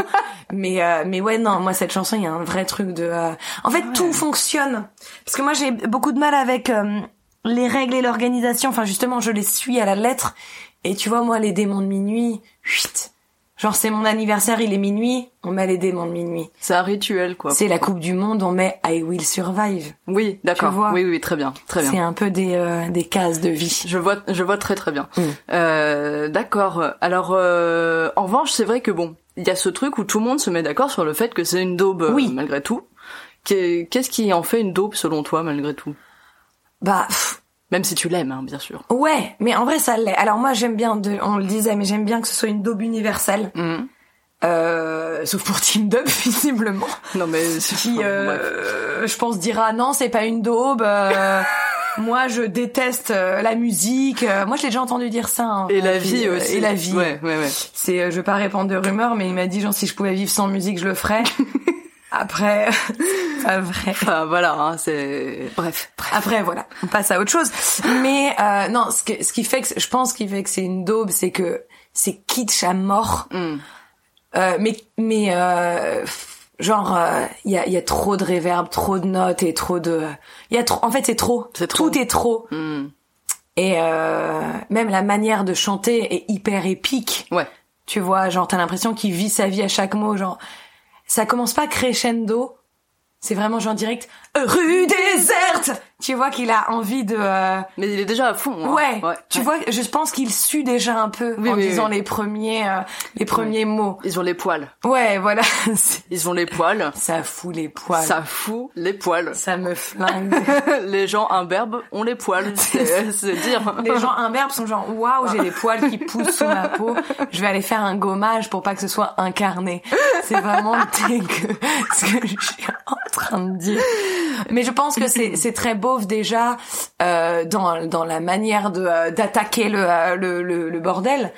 mais euh, mais ouais non moi cette chanson il y a un vrai truc de euh, en fait tout fonctionne parce que moi j'ai beaucoup de mal avec euh, les règles et l'organisation enfin justement je les suis à la lettre et tu vois moi les démons de minuit chut. genre c'est mon anniversaire il est minuit on met les démons de minuit C'est un rituel quoi. c'est la Coupe du Monde, on met I Will Survive. Oui, d'accord. Tu vois. Oui oui très bien très bien. C'est un peu des, euh, des cases de vie. Je vois, je vois très très bien. Euh, d'accord. Alors, euh, en revanche, c'est vrai que bon, il y a ce truc où tout le monde se met d'accord sur le fait que c'est une daube euh, Oui. malgré tout. Qu'est- Qu'est-ce qui en fait une daube selon toi malgré tout Bah, pff, Même si tu l'aimes, hein, bien sûr. ouais, mais en vrai, ça l'est. Alors moi, j'aime bien, de, on le disait, mais j'aime bien que ce soit une daube universelle. Mm. Euh, sauf pour Team Dub, [laughs] visiblement. Non [laughs] mais Qui, Bref. euh, je pense, dira non, c'est pas une [laughs] daube. euh, moi, je déteste euh, la musique. euh, moi, je l'ai déjà entendu dire ça. hein. Et la Puis, vie euh, aussi. Et la vie. Ouais, ouais, ouais. C'est, euh, je veux pas répandre de rumeurs, mais il m'a dit genre si je pouvais vivre sans musique, je [laughs] le ferais. Après, [laughs] c'est pas vrai. Enfin, voilà, hein, c'est. Bref. Après, voilà, on passe à autre chose. Mais euh, non, ce, que, ce qui fait que je pense qu'il fait que c'est une daube, c'est que c'est kitsch à mort. Mm. Euh, mais mais euh, pff, genre il y, a, y a trop de réverb, trop de notes et trop de. Il y a trop. En fait, c'est trop. C'est trop. Tout est trop. Et euh, même la manière de chanter est hyper épique. Ouais. Tu vois, genre t'as l'impression qu'il vit sa vie à chaque mot, genre ça commence pas crescendo. C'est vraiment genre direct rue déserte. Tu vois qu'il a envie de euh, Mais il est déjà à fond. hein. ouais, Tu ouais. vois, je pense qu'il sue déjà un peu Oui, en oui, disant oui. les premiers euh, les premiers mots. Ils ont les poils. Ouais, voilà. [laughs] C'est- Ils ont les poils. ça fout les poils. Ça fout les poils. [laughs] Ça me flingue. les gens imberbes ont les [laughs] poils. C'est c'est dire. les [laughs] gens imberbes sont genre waouh, j'ai des poils qui poussent sous ma peau. Je vais aller faire un gommage pour pas que ce soit [laughs] incarné. C'est vraiment dégueu ce que je suis en train de dire. Mais je pense que c'est c'est très beauf déjà euh, dans dans la manière de euh, d'attaquer le, euh, le le le bordel.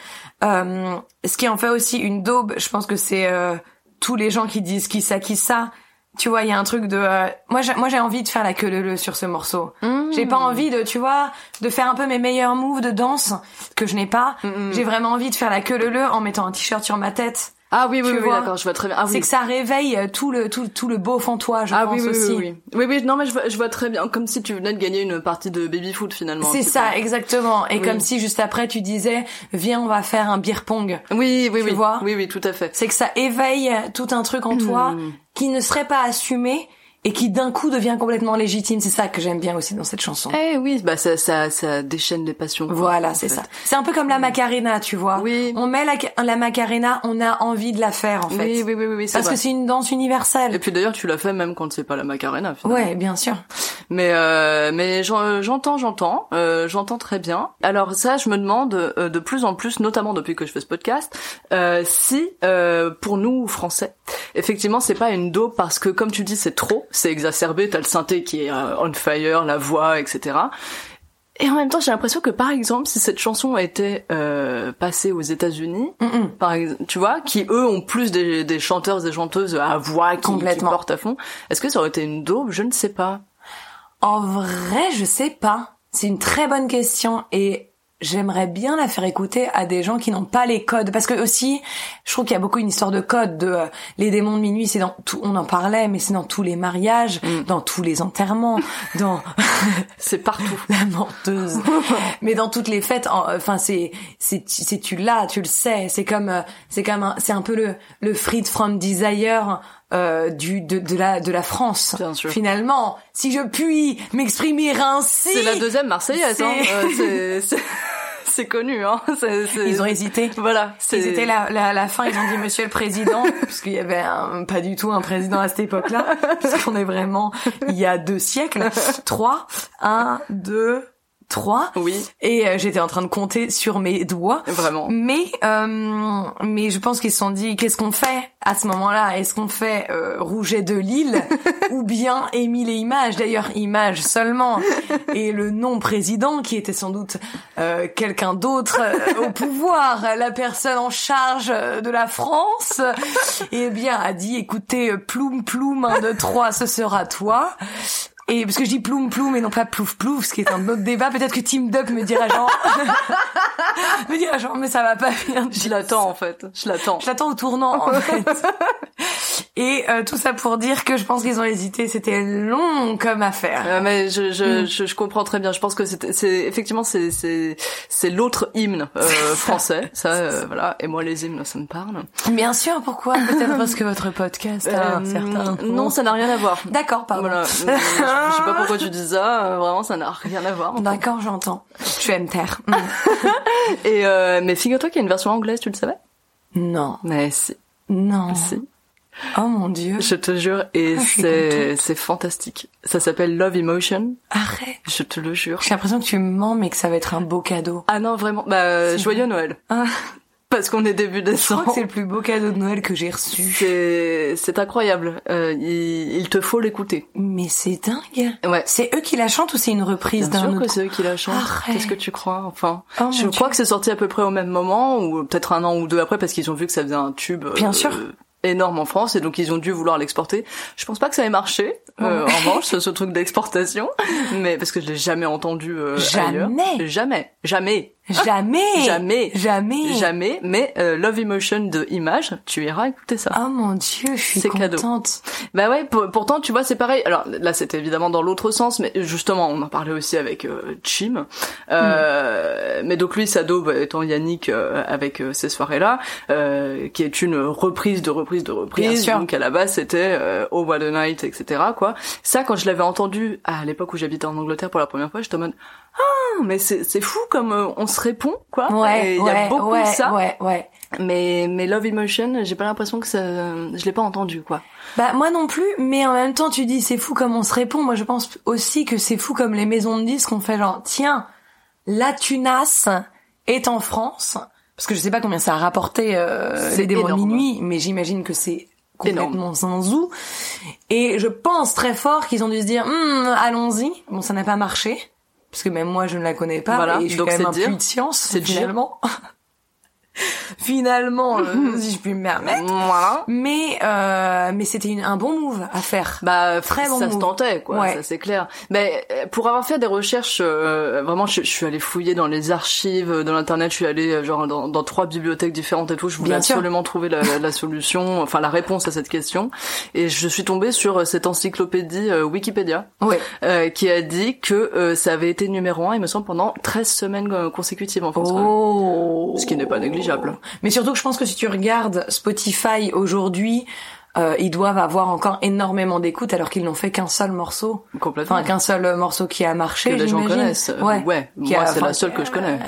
Euh, ce qui en fait aussi une daube, je pense que c'est euh, tous les gens qui disent qui ça qui ça. Tu vois, il y a un truc de euh, moi j'ai moi j'ai envie de faire la queue leu leu sur ce morceau. Mmh. J'ai pas envie de tu vois de faire un peu mes meilleurs moves de danse que je n'ai pas. Mmh, J'ai vraiment envie de faire la queue leu leu en mettant un t-shirt sur ma tête. Ah oui, oui, Tu oui, vois, d'accord, je vois très bien. Ah C'est oui. que ça réveille euh, tout le tout tout le beau en toi, je Ah pense oui, oui, aussi. oui, Oui, oui. oui, non, mais je vois, je vois très bien. Comme si tu venais de gagner une partie de baby foot finalement. un C'est petit ça, peu. exactement. Et Oui. comme si juste après tu disais, viens, on va faire un beer pong. Oui, oui, Tu oui. vois oui, oui, tout à fait. Hmm. C'est que ça éveille tout un truc en toi qui ne serait pas assumé et qui d'un coup devient complètement légitime. C'est ça que j'aime bien aussi dans cette chanson. Eh oui, bah ça, ça, ça déchaîne les passions. quoi, en Voilà, c'est fait. Hmm. ça. C'est un peu comme la Macarena, tu vois. Oui. On met la, la Macarena, on a envie de la faire, en fait. Oui, oui, oui, oui, oui, c'est Parce vrai. que c'est une danse universelle. Et puis d'ailleurs, tu l'as fait même quand c'est pas la Macarena. Finalement. Ouais, bien sûr. Mais euh, mais j'en- j'entends, j'entends, euh, j'entends très bien. Alors ça, je me demande euh, de plus en plus, notamment depuis que je fais ce podcast, euh, si euh, pour nous français, effectivement, c'est pas une do parce que comme tu dis, c'est trop, c'est exacerbé, t'as le synthé qui est euh, on fire, la voix, etc. Et en même temps, j'ai l'impression que par exemple, si cette chanson était euh, passée aux États-Unis, Mm-mm. par exemple, tu vois, qui eux ont plus des, des chanteurs et chanteuses à voix qui, qui Complètement. portent à fond, est-ce que ça aurait été une daube Je ne sais pas. En vrai, je sais pas. C'est une très bonne question et j'aimerais bien la faire écouter à des gens qui n'ont pas les codes parce que aussi je trouve qu'il y a beaucoup une histoire de code de euh, les démons de minuit c'est dans tout on en parlait mais c'est dans tous les mariages dans tous [laughs] les enterrements dans Mm. C'est partout. [laughs] [laughs] la menteuse mais dans toutes les fêtes en- euh, enfin c'est c'est c'est tu l'as tu le sais c'est comme euh, c'est comme un- c'est un peu le le freed from desire euh, du de, de la de la France Bien sûr. finalement si je puis m'exprimer ainsi C'est la deuxième Marseillaise, hein. C'est- Euh, c'est- c'est- C'est connu, hein. [laughs] C'est- c'est- ils ont hésité Voilà. c'est- Ils étaient là, là, à la fin, ils ont dit Monsieur [laughs] le Président, parce qu'il y avait un- pas du tout un président à cette époque-là, puisqu'on est vraiment il y a deux siècles, trois, un, deux, trois. Oui, Et euh, j'étais en train de compter sur mes doigts. vraiment. Mais euh, mais je pense qu'ils se sont dit qu'est-ce qu'on fait à ce moment-là Est-ce qu'on fait euh, Rouget [laughs] de Lille ou bien Émile et Images D'ailleurs [laughs] Images seulement et le nom président qui était sans doute euh, quelqu'un d'autre euh, au pouvoir, la personne en charge euh, de la France, eh bien a dit écoutez euh, ploum ploum 1 2 3 ce sera toi. Et parce que je dis ploum ploum et non pas plouf plouf, ce qui est un autre débat, peut-être que Team Dup me dira genre [laughs] me dire genre mais ça va pas bien. Je l'attends, en fait. Je l'attends. Je l'attends au tournant en fait. Et euh, tout ça pour dire que je pense qu'ils ont hésité, c'était long comme affaire. Euh, mais je, je, je, je comprends très bien. Je pense que c'est c'est- effectivement c'est c'est c'est l'autre hymne euh, français. Ça, euh, voilà. Et moi les hymnes, ça me parle. Bien sûr, pourquoi Peut-être parce que votre podcast a un certain Euh, non, ça n'a rien à voir. Mm. D'accord, pardon. Voilà. Euh, Je, je sais pas pourquoi tu dis ça. euh, Vraiment, ça n'a rien à voir. D'accord, j'entends. Tu aimes taire. Ah. Mm. Et euh, mais figure-toi qu'il y a une version anglaise. Tu le savais Non, Mais si, non. si. Oh mon dieu. Je te jure, et Ah, je suis c'est c'est fantastique. Ça s'appelle Love Emotion, Arrête. je te le jure. J'ai l'impression que tu mens, mais que ça va être un beau cadeau. Ah non, vraiment, bah, C'est joyeux Noël. Ah. Parce qu'on est début Je crois décembre. que c'est le plus beau cadeau de Noël que j'ai reçu. C'est c'est incroyable, Euh, il, il te faut l'écouter. Mais c'est dingue. Ouais. C'est eux qui la chantent ou c'est une reprise Bien d'un sûr autre que c'est eux qui la chantent. Arrête. Qu'est-ce que tu crois Enfin, Oh mon je Dieu. crois que c'est sorti à peu près au même moment ou peut-être un an ou deux après parce qu'ils ont vu que ça faisait un tube. euh, Bien sûr. énorme en France et donc ils ont dû vouloir l'exporter. Je pense pas que ça ait marché euh, en revanche ce, ce truc d'exportation mais parce que je l'ai jamais entendu euh, ailleurs. Jamais. jamais jamais Jamais. Jamais. Jamais. jamais mais euh, Love Emotion de Image tu iras écouter ça. Oh mon dieu, je suis C'est cadeau. contente. Bah ouais, pour- pourtant, tu vois, c'est pareil. Alors là, c'était évidemment dans l'autre sens, mais justement, on en parlait aussi avec euh, Chim. Euh, Mm. Mais donc lui, sa daube étant Yannick euh, avec euh, ces soirées-là, euh, qui est une reprise de reprise de reprise. Bien sûr. Donc à la base, c'était euh, Oh What a Night, etc. Quoi. Ça, quand je l'avais entendu à l'époque où j'habitais en Angleterre pour la première fois, j'étais en mode Ah, mais c'est c'est fou comme euh, on se répond, quoi. Ouais, Et Il ouais, y a beaucoup ouais, de ça. ouais, ouais. Mais mais Love Emotion, j'ai pas l'impression que ça, je l'ai pas entendu, quoi. Bah moi non plus, mais en même temps tu dis c'est fou comme on se répond. Moi je pense aussi que c'est fou comme les maisons de disques ont fait genre tiens la tunasse est en France parce que je sais pas combien ça a rapporté euh, C'est les démons de énorme. hein. minuit, mais j'imagine que c'est complètement zinzou. Et je pense très fort qu'ils ont dû se dire, Hmm, allons-y. Bon, ça n'a pas marché. Parce que même moi, je ne la connais pas. Voilà, et je suis donc quand même c'est un dire. puits de science, C'est dire. finalement. [laughs] [laughs] finalement, euh, si je puis me permettre. Voilà. Mais, euh, mais c'était une- un bon move à faire. Bah, Très bon ça se move. tentait, quoi. Ouais. Ça, c'est clair. Mais euh, pour avoir fait des recherches, euh, vraiment, je, je suis allée fouiller dans les archives, euh, dans l'internet. Je suis allée euh, genre dans, dans trois bibliothèques différentes et tout. Je voulais Bien sûr. absolument trouver la, la- la solution, enfin la réponse à cette question. Et je suis tombée sur euh, cette encyclopédie euh, Wikipédia Ouais. euh, qui a dit que euh, ça avait été numéro un, il me semble, pendant 13 semaines euh, consécutives en France. quand même. Oh. Ce qui n'est pas négligeable. Mais surtout que je pense que si tu regardes Spotify aujourd'hui, euh, ils doivent avoir encore énormément d'écoutes alors qu'ils n'ont fait qu'un seul morceau. Complètement. Enfin, qu'un seul morceau qui a que marché, les gens j'imagine. connaissent. Euh, Ouais. Qui moi a- c'est enfin, euh, la seule que je connais.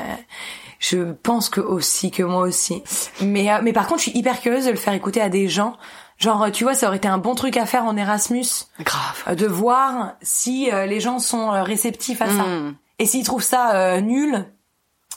Je pense que aussi, que moi aussi. Mais, euh, mais par contre, je suis hyper curieuse de le faire écouter à des gens. Genre, euh, tu vois, ça aurait été un bon truc à faire en Erasmus, Grave. euh, de voir si euh, les gens sont euh, réceptifs à ça. Mm. Et s'ils trouvent ça euh, nul,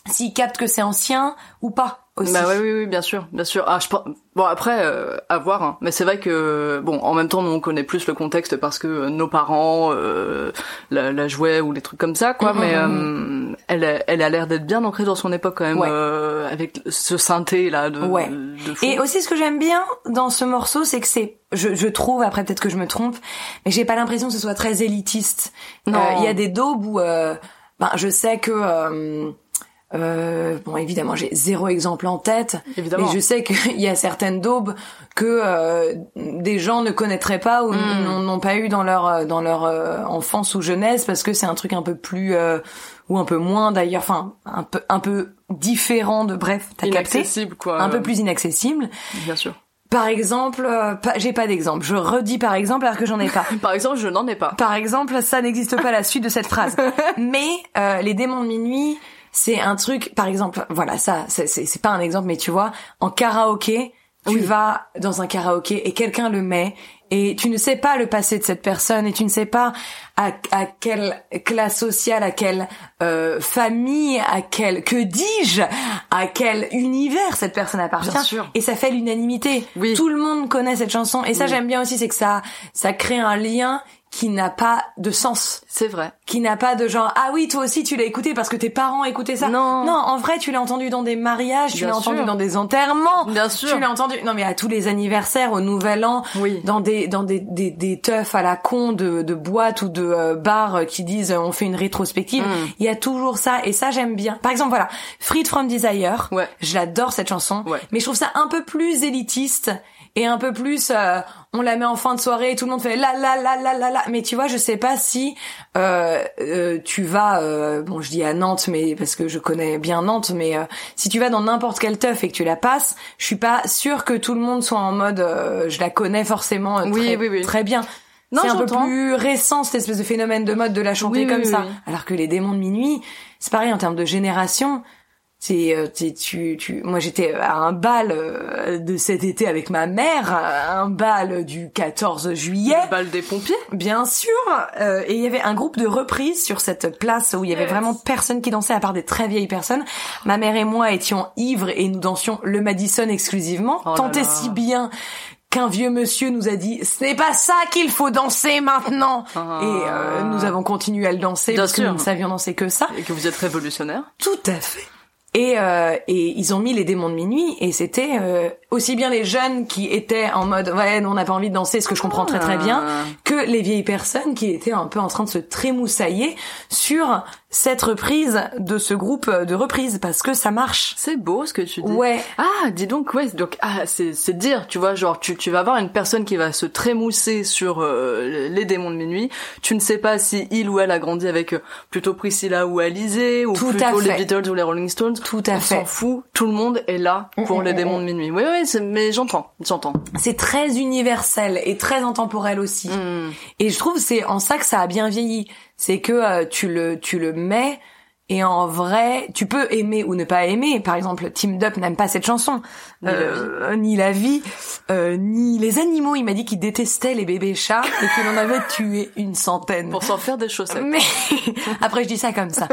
s'ils captent que c'est ancien ou pas aussi. Bah ouais, oui, oui, bien sûr, bien sûr. Ah, je pense- Bon après, euh, à voir. hein. Mais c'est vrai que bon, en même temps, nous on connaît plus le contexte parce que euh, nos parents euh, la, la jouaient ou des trucs comme ça, quoi. Mhm, mais euh, elle, a- elle a l'air d'être bien ancrée dans son époque quand même, Ouais. euh, avec ce synthé là de. Ouais. de fou. Et aussi, ce que j'aime bien dans ce morceau, c'est que c'est, je, je trouve, après peut-être que je me trompe, mais j'ai pas l'impression que ce soit très élitiste. Euh, Non. Il y a des daubes où, euh, ben, je sais que, euh, euh, bon, évidemment, j'ai zéro exemple en tête, Évidemment. mais je sais [laughs] qu'il y a certaines daubes que euh, des gens ne connaîtraient pas ou Mm. n- n'ont- n'ont pas eu dans leur euh, dans leur euh, enfance ou jeunesse parce que c'est un truc un peu plus euh, ou un peu moins d'ailleurs, enfin un peu un peu différent de bref, t'as capté inaccessible quoi. un peu plus inaccessible. Bien sûr. Par exemple, euh, pas- j'ai pas d'exemple. Je redis par exemple alors que j'en ai [laughs] pas. Par exemple, je n'en ai pas. Par exemple, ça n'existe pas la suite de [laughs] cette phrase. Mais euh, les démons de minuit, c'est un truc. Par exemple, voilà, ça, c'est- c'est c'est pas un exemple, mais tu vois, en karaoké, tu vas dans un karaoké et quelqu'un le met et tu ne sais pas le passé de cette personne et tu ne sais pas à, à quelle classe sociale, à quelle euh, famille, à quel que dis-je, à quel univers cette personne appartient. Bien sûr. Et ça fait l'unanimité. Oui. Tout le monde connaît cette chanson. Et ça, j'aime bien aussi, c'est que ça, ça crée un lien qui n'a pas de sens. C'est vrai. Qui n'a pas de genre, ah oui, toi aussi, tu l'as écouté parce que tes parents écoutaient ça. Non. Non, en vrai, tu l'as entendu dans des mariages, tu Bien l'as sûr. entendu dans des enterrements. Bien sûr. Tu l'as entendu, non mais à tous les anniversaires, au nouvel an. Oui. Dans des, dans des, des, des teufs à la con de, de boîtes ou de euh, bars euh, qui disent, euh, on fait une rétrospective. Hmm. Il y a toujours ça. Et ça, j'aime bien. Par exemple, voilà. Freed from Desire. Ouais. Je l'adore cette chanson, Ouais. mais je trouve ça un peu plus élitiste et un peu plus euh, on la met en fin de soirée et tout le monde fait la la la la la la. Mais tu vois, je sais pas si euh, euh, tu vas euh, bon, je dis à Nantes, mais parce que je connais bien Nantes, mais euh, si tu vas dans n'importe quel teuf et que tu la passes, je suis pas sûre que tout le monde soit en mode euh, je la connais forcément euh, Oui, très, oui, oui. très bien. Non, C'est un peu j'entends. plus récent cette espèce de phénomène de mode de la chanter Oui, oui, comme oui, ça. oui. Alors que les démons de minuit, c'est pareil en termes de génération. C'est euh, t'es- tu tu moi j'étais à un bal euh, de cet été avec ma mère, à un bal du 14 juillet, Balle des pompiers. bien sûr, euh, et il y avait un groupe de reprises sur cette place où il y avait vraiment personne qui dansait à part des très vieilles personnes. Ma mère et moi étions ivres et nous dansions le Madison exclusivement, Oh là tant et là. si bien qu'un vieux monsieur nous a dit ce n'est pas ça qu'il faut danser maintenant et euh, nous avons continué à le Ah. danser Bien parce que sûr. nous ne savions danser que ça. Et que vous êtes révolutionnaire. Tout à fait. Et, euh, et ils ont mis les démons de minuit et c'était euh, aussi bien les jeunes qui étaient en mode ouais non on n'a pas envie de danser ce que je comprends très très bien Ah. que les vieilles personnes qui étaient un peu en train de se trémoussailler sur cette reprise de ce groupe de reprises parce que ça marche. C'est beau ce que tu dis. Ouais. Ah, dis donc, ouais, donc ah, c'est c'est dire, tu vois, genre tu, tu vas voir une personne qui va se trémousser sur euh, les démons de minuit. Tu ne sais pas si il ou elle a grandi avec euh, plutôt Priscilla ou Alizé ou Tout à plutôt les fait. Beatles ou les Rolling Stones. Tout à On fait. s'en fout, tout le monde est là pour mm, les mm, démons de minuit. Oui, oui, c'est- mais j'entends, j'entends. C'est très universel et très intemporel aussi. Et je trouve que c'est en ça que ça a bien vieilli, c'est que euh, tu le tu le mets Et en vrai, tu peux aimer ou ne pas aimer. Par exemple, Team Dup n'aime pas cette chanson, Euh, ni la vie, euh, ni les animaux. Il m'a dit qu'il détestait les bébés chats et qu'il en avait tué une centaine. Pour s'en faire des chaussettes. Mais [laughs] après, je dis ça comme ça.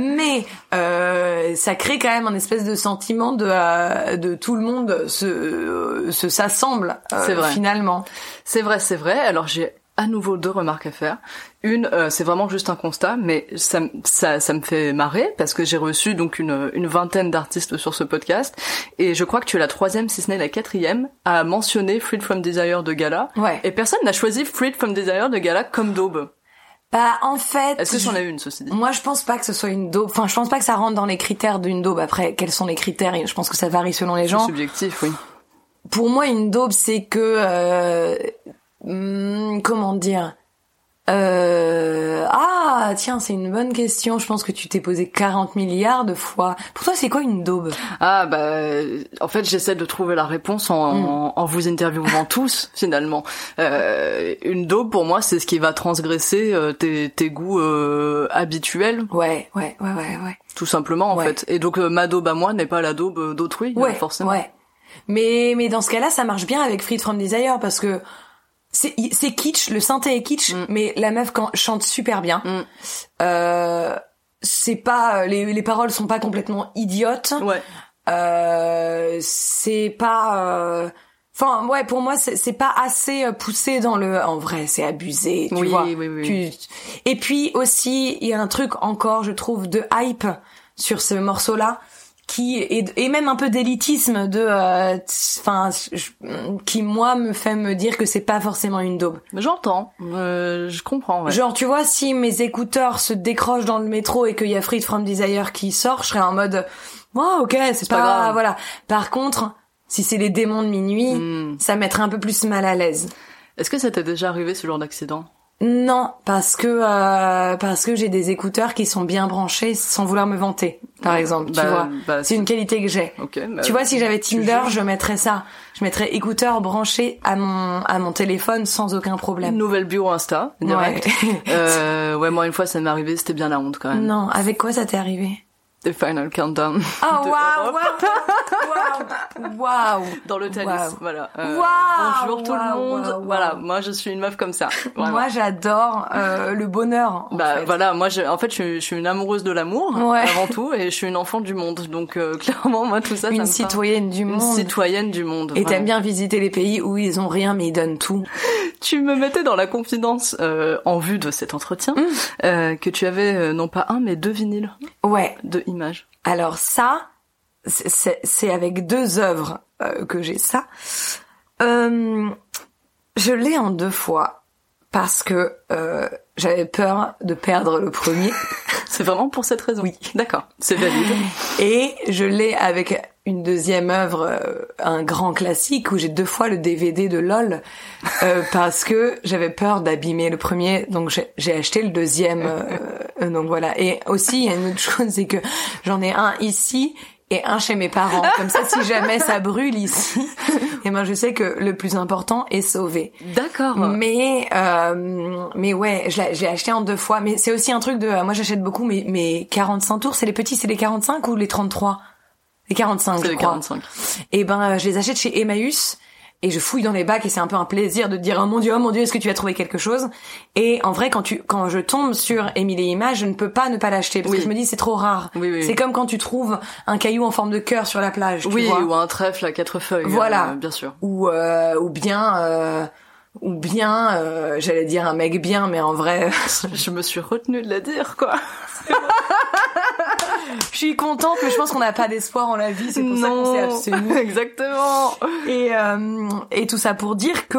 Mais euh, ça crée quand même un espèce de sentiment de euh, de tout le monde se euh, se s'assemble. euh, C'est vrai. Finalement. C'est vrai, c'est vrai. Alors j'ai à nouveau deux remarques à faire. Une, euh, c'est vraiment juste un constat, mais ça, m- ça, ça me fait marrer parce que j'ai reçu donc une, une vingtaine d'artistes sur ce podcast et je crois que tu es la troisième, si ce n'est la quatrième, à mentionner Freed from Desire de Gala. Ouais. Et personne n'a choisi Freed from Desire de Gala comme daube. Bah en fait. Est-ce que j'en ai une, ceci dit Moi, je pense pas que ce soit une daube. Enfin, je pense pas que ça rentre dans les critères d'une daube. Après, quels sont les critères Je pense que ça varie selon les C'est gens. subjectif, oui. Pour moi, une daube, c'est que euh, hmm, comment dire euh, Ah, tiens, c'est une bonne question. Je pense que tu t'es posé 40 milliards de fois. Pour toi, c'est quoi une daube Ah bah euh, en fait j'essaie de trouver la réponse en, Hmm. en, en vous [laughs] interviewant tous finalement. Euh, une daube pour moi c'est ce qui va transgresser euh, tes, tes goûts euh, habituels Ouais, ouais, ouais, ouais, ouais. tout simplement en Ouais. fait. Et donc euh, ma daube à moi n'est pas la daube euh, d'autrui euh, Ouais, forcément. Ouais. Mais mais dans ce cas-là, ça marche bien avec Freed from Desire parce que c'est c'est kitsch, le synthé est kitsch, Mm. mais la meuf quand, chante super bien. Euh, c'est pas les les paroles sont pas complètement idiotes. Ouais. Euh, c'est pas euh, Enfin, ouais, pour moi, c'est c'est pas assez euh, poussé dans le. En vrai, c'est abusé, tu Oui, vois. oui, oui. Tu- Et puis aussi, il y a un truc encore, je trouve, de hype sur ce morceau-là, qui est et même un peu d'élitisme de, euh, t's- enfin, je- qui moi me fait me dire que c'est pas forcément une daube. Mais J'entends, Euh, je comprends. Ouais. Genre, tu vois, si mes écouteurs se décrochent dans le métro et qu'il y a Freed from Desire qui sort, je serais en mode, moi, ok, c'est pas, pas grave. voilà. Par contre, si c'est les démons de minuit, Hmm. ça mettrait un peu plus mal à l'aise. Est-ce que ça t'est déjà arrivé ce genre d'accident Non, parce que euh, parce que j'ai des écouteurs qui sont bien branchés, sans vouloir me vanter, par exemple. bah, tu vois, bah, c'est une qualité que j'ai. Ok, bah, tu vois, si j'avais tu Tinder, juges. je mettrais ça. Je mettrais écouteurs branchés à mon à mon téléphone sans aucun problème. Nouvelle bio Insta [laughs] direct. Ouais. euh, ouais moi une fois ça m'est arrivé, c'était bien la honte quand même. Non, avec quoi ça t'est arrivé The final [laughs] countdown. Oh de waouh, Europe. waouh, waouh, waouh. dans le tennis. Waouh. Voilà. Euh, Waouh, bonjour tout le waouh, monde. waouh, waouh. Voilà, Ah, moi je suis une meuf comme [laughs] ça. Vraiment. Moi, j'adore euh, le bonheur. en bah fait. voilà, moi je, en fait je, suis- je suis une amoureuse de l'amour Ouais. avant tout et je suis une enfant du monde. Donc euh, [laughs] clairement moi tout ça, ça une me parle. citoyenne du Une monde. citoyenne du monde. Et vraiment. t'aimes bien visiter les pays où ils ont rien mais ils donnent tout. Tu me mettais dans la confidence euh, en vue de cet entretien Mm. euh, que tu avais euh, non pas un mais deux vinyles Ouais. de images. Alors ça, c'est- c'est c'est avec deux œuvres euh, que j'ai ça. Euh, je l'ai en deux fois parce que euh, j'avais peur de perdre le premier C'est vraiment pour cette raison. Oui. D'accord. C'est valide. et je l'ai avec une deuxième œuvre, euh, un grand classique où j'ai deux fois le DVD de LOL euh, parce que j'avais peur d'abîmer le premier, donc j'ai- j'ai acheté le deuxième. euh, euh, donc voilà. Et aussi, il y a une autre chose, c'est que j'en ai un ici et un chez mes parents. Comme ça, si jamais ça brûle ici, et ben je sais que le plus important est sauvé. D'accord. Mais euh, mais ouais, je l'ai je l'ai acheté en deux fois. Mais c'est aussi un truc de, euh, moi j'achète beaucoup, mais mais 45 tours, c'est les petits, c'est les 45 ou les 33 Les 45, C'est je le crois. 45. Et ben euh, je les achète chez Emmaüs et je fouille dans les bacs et c'est un peu un plaisir de dire oh mon dieu, oh mon dieu, est-ce que tu as trouvé quelque chose Et en vrai, quand tu quand je tombe sur Émile et Images, je ne peux pas ne pas l'acheter parce Oui. que je me dis c'est trop rare. Oui, oui, oui. C'est comme quand tu trouves un caillou en forme de cœur sur la plage. tu Oui, vois ou un trèfle à quatre feuilles. Voilà. euh, bien sûr. ou euh, ou bien euh, ou bien euh, j'allais dire un mec bien mais [laughs] en vrai [laughs] Je me suis retenue de la dire quoi. je suis contente mais je pense qu'on n'a pas d'espoir en la vie c'est pour ça qu'on s'est [laughs] abstenu Exactement. et euh, et tout ça pour dire que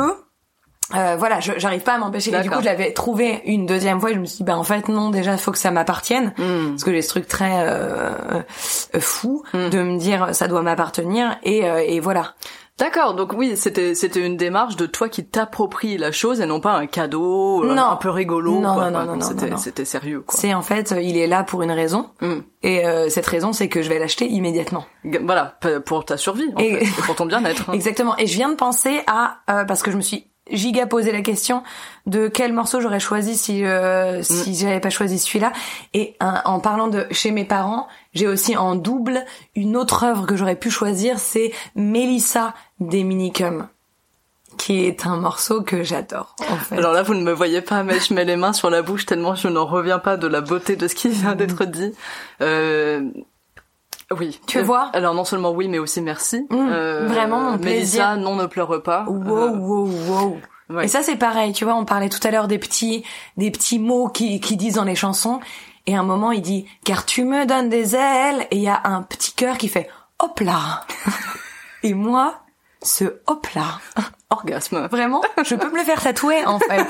euh, voilà, je- j'arrive pas à m'empêcher. Et du D'accord. coup, je l'avais trouvé une deuxième fois. Et je me suis dit, bah en fait non, déjà faut que ça m'appartienne, Hmm. parce que j'ai ce truc très euh, euh, fou de me dire ça doit m'appartenir. Et, euh, et voilà. D'accord. Donc oui, c'était c'était une démarche de toi qui t'approprie la chose et non pas un cadeau euh, Non. un peu rigolo. Non, quoi. Enfin, non, non, non, non, C'était non, non. c'était sérieux quoi. C'est en fait, euh, il est là pour une raison. Mm. Et euh, cette raison, c'est que je vais l'acheter immédiatement. G- Voilà p- pour ta survie en fait, Et- [laughs] et pour ton bien-être. hein. Exactement. Et je viens de penser à euh, parce que je me suis giga posé la question de quel morceau j'aurais choisi si euh, Hmm. si j'avais pas choisi celui-là. Et hein, en parlant de chez mes parents, j'ai aussi en double une autre œuvre que j'aurais pu choisir, c'est Melissa des Minicum, qui est un morceau que j'adore. En fait. Alors là, vous ne me voyez pas, mais je mets les mains sur la bouche tellement je n'en reviens pas de la beauté de ce qui Mm. vient d'être dit. Euh, Oui. Euh, Tu vois Alors non seulement oui, mais aussi merci. Euh, Mmh, vraiment, mon Mélissa, plaisir. non, ne pleure pas. Wow, Euh, wow, wow. ouais. Et ça, c'est pareil, tu vois, on parlait tout à l'heure des petits, des petits mots qui, qui disent dans les chansons. Et à un moment, il dit, car tu me donnes des ailes. Et il y a un petit cœur qui fait, hop là. [laughs] et moi, ce hop là. [laughs] Orgasme. Vraiment, je peux me le faire tatouer, en [laughs] fait.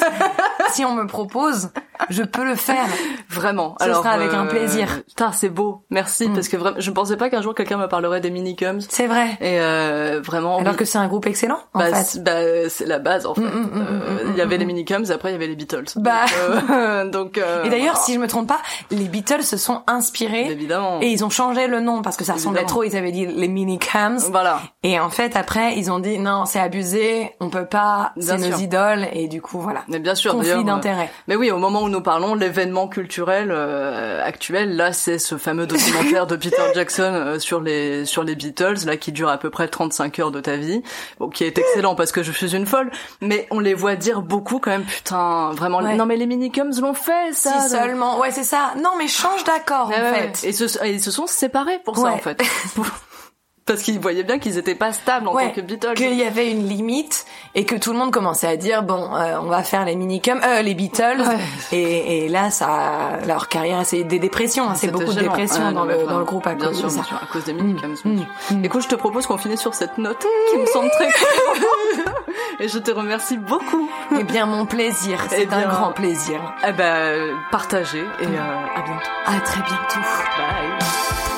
si on me propose, je peux le faire. Vraiment. Ce Alors, sera avec un plaisir. Mm. Putain, c'est beau. Merci parce que vraiment, je ne pensais pas qu'un jour quelqu'un me parlerait des minicums. C'est vrai. Et euh, vraiment. Alors oui. que c'est un groupe excellent, en bah, fait. c'est- bah, c'est la base en fait. mm, mm, Euh, mm, Il y avait les minicums, après il y avait les Beatles. Bah. Donc, euh, [laughs] donc, euh, Et d'ailleurs, si je me trompe pas, les Beatles se sont inspirés évidemment. Et ils ont changé le nom parce que ça ressemblait Évidemment. trop. Ils avaient dit les minicams. Voilà. Et en fait, après, ils ont dit non, c'est abusé, on peut pas, Bien c'est nos sûr. idoles. Et du coup, voilà. Mais bien sûr, d'ailleurs, Conflit euh, d'intérêt. Mais oui, au moment où nous parlons, l'événement culturel euh, actuel, là, c'est ce fameux documentaire de [laughs] Peter Jackson euh, sur les sur les Beatles, là, qui dure à peu près 35 heures de ta vie, bon, qui est excellent parce que je suis une folle, mais on les voit dire beaucoup quand même, putain, vraiment. Ouais. Non, mais les minicums l'ont fait, ça. si donc- seulement, ouais, c'est ça. Non, mais change d'accord, Ouais, en ouais, fait. ouais. Et, se- et ils se sont séparés pour ça, Ouais. en fait. [laughs] Parce qu'ils voyaient bien qu'ils étaient pas stables en Ouais, tant que Beatles. qu'il y avait une limite et que tout le monde commençait à dire bon, euh, on va faire les minicums, euh, les Beatles. Et, et là, ça, leur carrière, c'est des dépressions. hein, c'est C'était beaucoup de gênant. dépressions Ah, dans, non, mais le, dans vraiment. le groupe à bien cause sûr, de ça. Mm, bien sûr, à cause des minicums. bien sûr. Écoute, je te propose qu'on finisse sur cette note qui me semble [laughs] très cool. [laughs] Et je te remercie beaucoup. Eh bien, mon plaisir, c'est bien. un grand plaisir. Eh ben, partagez et euh, à bientôt. À très bientôt. Bye.